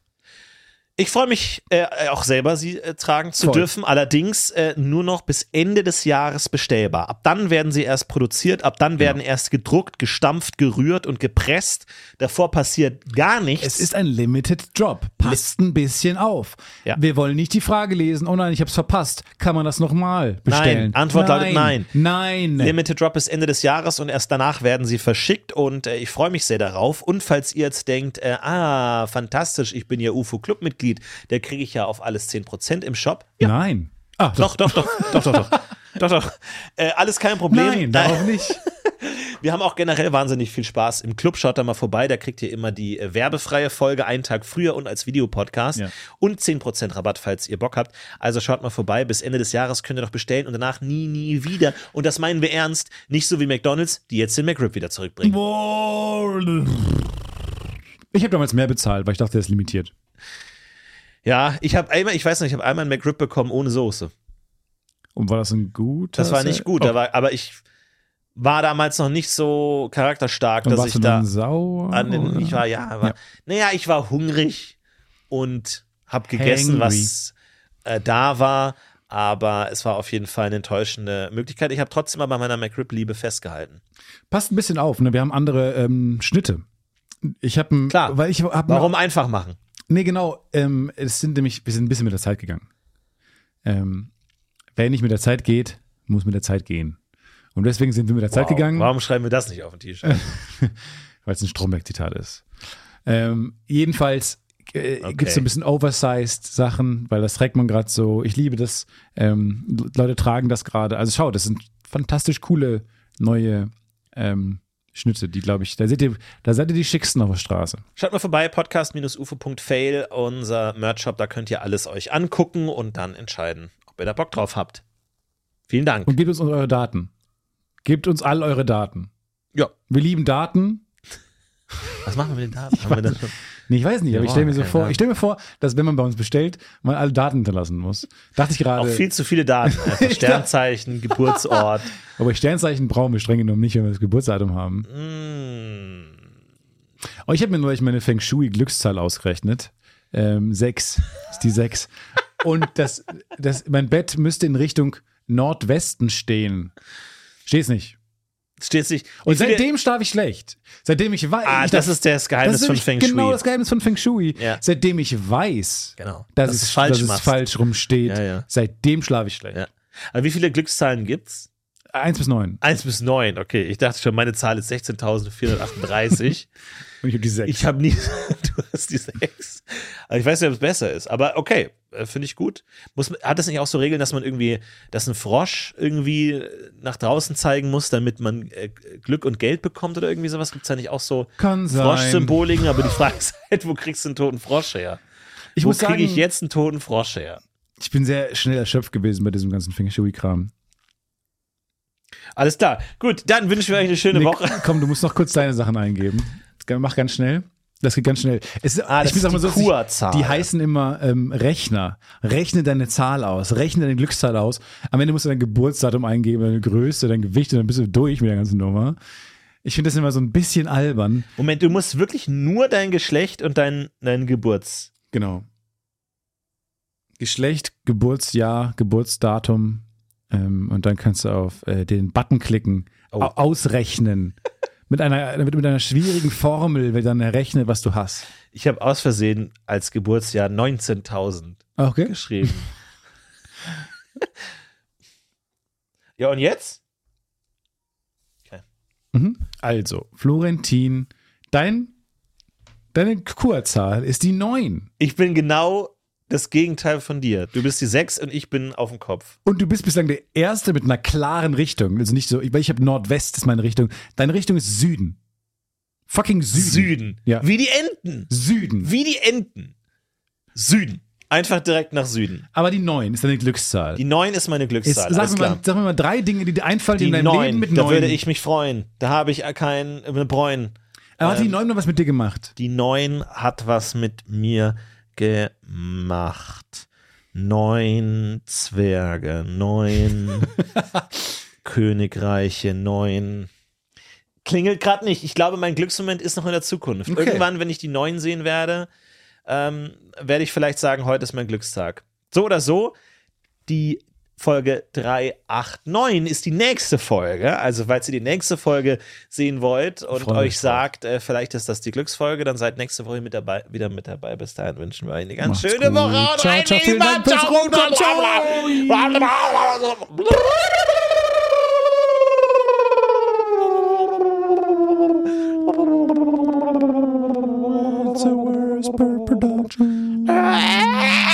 Ich freue mich äh, auch selber, sie äh, tragen zu Voll. dürfen. Allerdings äh, nur noch bis Ende des Jahres bestellbar. Ab dann werden sie erst produziert, ab dann werden erst gedruckt, gestampft, gerührt und gepresst. Davor passiert gar nichts. Es ist ein Limited Drop. Passt ein bisschen auf. Ja. Wir wollen nicht die Frage lesen. Oh nein, ich hab's verpasst. Kann man das nochmal bestellen? Antwort lautet nein. Nein. Limited Drop bis Ende des Jahres und erst danach werden sie verschickt und äh, ich freue mich sehr darauf. Und falls ihr jetzt denkt, äh, ah, fantastisch, ich bin ja UFO-Club-Mitglied, da kriege ich ja auf alles 10% im Shop. Nein. Ah, Doch, doch, doch, [laughs] doch, doch, doch. Doch, doch. Äh, alles kein Problem. Nein, Da- [laughs] darauf nicht. Wir haben auch generell wahnsinnig viel Spaß im Club. Schaut da mal vorbei. Da kriegt ihr immer die äh, werbefreie Folge einen Tag früher und als Videopodcast. Ja. Und 10% Rabatt, falls ihr Bock habt. Also schaut mal vorbei. Bis Ende des Jahres könnt ihr noch bestellen und danach nie, nie wieder. Und das meinen wir ernst. Nicht so wie McDonalds, die jetzt den McRib wieder zurückbringen. Ich habe damals mehr bezahlt, weil ich dachte, der ist limitiert. Ja, ich habe einmal, ich weiß nicht, ich habe einmal einen McRib bekommen ohne Soße. Und war das ein guter? Das war nicht gut, Oh. aber, aber ich war damals noch nicht so charakterstark, Und dass warst ich du da. dann sauer? an den, oder? ich war ja, war, Oh, Ja. naja, ich war hungrig und habe gegessen, was äh, da war, aber es war auf jeden Fall eine enttäuschende Möglichkeit. Ich habe trotzdem aber bei meiner McRib-Liebe festgehalten. Passt ein bisschen auf, ne? Wir haben andere ähm, Schnitte. Ich habe ein. Klar. Weil ich hab Warum einfach machen? Nee, genau. Ähm, es sind nämlich, wir sind ein bisschen mit der Zeit gegangen. Ähm, wer nicht mit der Zeit geht, muss mit der Zeit gehen. Und deswegen sind wir mit der Zeit Wow. gegangen, Warum schreiben wir das nicht auf den [laughs] T-Shirt? weil es ein Stromberg-Zitat ist. Ähm, jedenfalls äh, Okay. gibt es so ein bisschen oversized Sachen, weil das trägt man gerade so. Ich liebe das. Ähm, Leute tragen das gerade. Also schau, das sind fantastisch coole neue ähm, Schnitte, die, glaube ich, da seht ihr, da seid ihr die schicksten auf der Straße. Schaut mal vorbei, podcast-ufo.fail, unser Merch-Shop, da könnt ihr alles euch angucken und dann entscheiden, ob ihr da Bock drauf habt. Vielen Dank. Und gebt uns eure Daten. Gebt uns all eure Daten. Ja. Wir lieben Daten. Was machen wir mit den Daten? Haben wir das schon? Nee, ich weiß nicht, aber ich brauchen stelle mir so keine vor, Daten. ich stelle mir vor, dass wenn man bei uns bestellt, man alle Daten hinterlassen muss. Dachte ich Auch gerade, viel zu viele [laughs] Daten. Einfach Sternzeichen, Geburtsort. aber Sternzeichen brauchen wir streng genommen nicht, wenn wir das Geburtsdatum haben. Mm. Aber ich habe mir neulich meine Feng Shui Glückszahl ausgerechnet. Ähm, sechs ist die sechs. Und das, das, mein Bett müsste in Richtung Nordwesten stehen. Steht's nicht. Steht sich. Und Wie viele- seitdem schlafe ich schlecht. Seitdem ich weiß. Ah, ich das darf- ist das Geheimnis von nämlich Feng Shui. Genau das Geheimnis von Feng Shui. Ja. Seitdem ich weiß, Genau. dass, Dass es, du's falsch dass es machst. falsch rumsteht, Ja, ja. seitdem schlafe ich schlecht. Ja. Aber wie viele Glückszahlen gibt's? Eins bis neun. 1 bis 9, okay. Ich dachte schon, meine Zahl ist [laughs] 16.438. Und ich habe die sechs. ich habe nie. [laughs] du hast die 6. Also ich weiß nicht, ob es besser ist, aber okay, äh, finde ich gut. Muss, man- hat das nicht auch so Regeln, dass man irgendwie, dass ein Frosch irgendwie äh, nach draußen zeigen muss, damit man äh, Glück und Geld bekommt oder irgendwie sowas? Gibt es da nicht auch so Kann sein. Frosch-Symboliken? Aber die Frage ist halt, wo kriegst du einen toten Frosch her? Ich wo muss kriege ich sagen- jetzt einen toten Frosch her? Ich bin sehr schnell erschöpft gewesen bei diesem ganzen Fingershui-Kram. Alles klar. Gut, dann wünschen wir euch eine schöne Nick, Woche. Komm, du musst noch kurz deine Sachen eingeben. Mach ganz schnell. Das geht ganz schnell. Es, Ah, das ich muss ist auch mal die so, dass ich- Kurzahl. Die heißen immer ähm, Rechner. Rechne deine Zahl aus. Rechne deine Glückszahl aus. Am Ende musst du dein Geburtsdatum eingeben, deine Größe, dein Gewicht und dann bist du durch mit der ganzen Nummer. Ich finde das immer so ein bisschen albern. Moment, du musst wirklich nur dein Geschlecht und dein, dein Geburts. Genau. Geschlecht, Geburtsjahr, Geburtsdatum. Ähm, und dann kannst du auf äh, den Button klicken. Oh. Au ausrechnen. mit, einer, mit, mit einer schwierigen Formel wird dann errechnet, was du hast. Ich habe aus Versehen als Geburtsjahr 19.000 Okay. geschrieben. [laughs] ja, und jetzt? Mhm. Also, Florentin, dein, deine Kurzahl ist die 9. Ich bin genau das Gegenteil von dir. Du bist die 6 und ich bin auf dem Kopf. Und du bist bislang der Erste mit einer klaren Richtung. Also nicht so, ich, weil ich habe Nordwest ist meine Richtung. Deine Richtung ist Süden. Fucking Süden. Süden. Ja. Wie die Enten. Süden. Wie die Enten. Süden. Einfach direkt nach Süden. Aber die 9 ist deine Glückszahl. Die 9 ist meine Ist, Glückszahl. sag, alles mir klar. mal, sag mir mal drei Dinge, die dir einfallen, die die in deinem 9, Leben mit da 9. würde ich mich freuen. Da habe ich keinen äh, Bräun. Aber ähm, hat die 9 noch was mit dir gemacht? Die 9 hat was mit mir gemacht. Neun Zwerge, [laughs] neun Königreiche, neun. Klingelt gerade nicht. Ich glaube, mein Glücksmoment ist noch in der Zukunft. Okay. Irgendwann, wenn ich die 9 sehen werde, ähm, werde ich vielleicht sagen, heute ist mein Glückstag. So oder so, die Folge 389 ist die nächste Folge. Also, falls ihr die nächste Folge sehen wollt und Freue mich euch drauf. sagt, äh, vielleicht ist das die Glücksfolge, dann seid nächste Woche mit dabei, wieder mit dabei. Bis dahin wünschen wir euch eine ganz Macht's schöne gut. Woche. Haut Ciao, rein, ciao, ihr vielen Lieben. Dank. Bis Ciao, runter. bla, bla, bla, bla, bla. It's a worst production. Ah!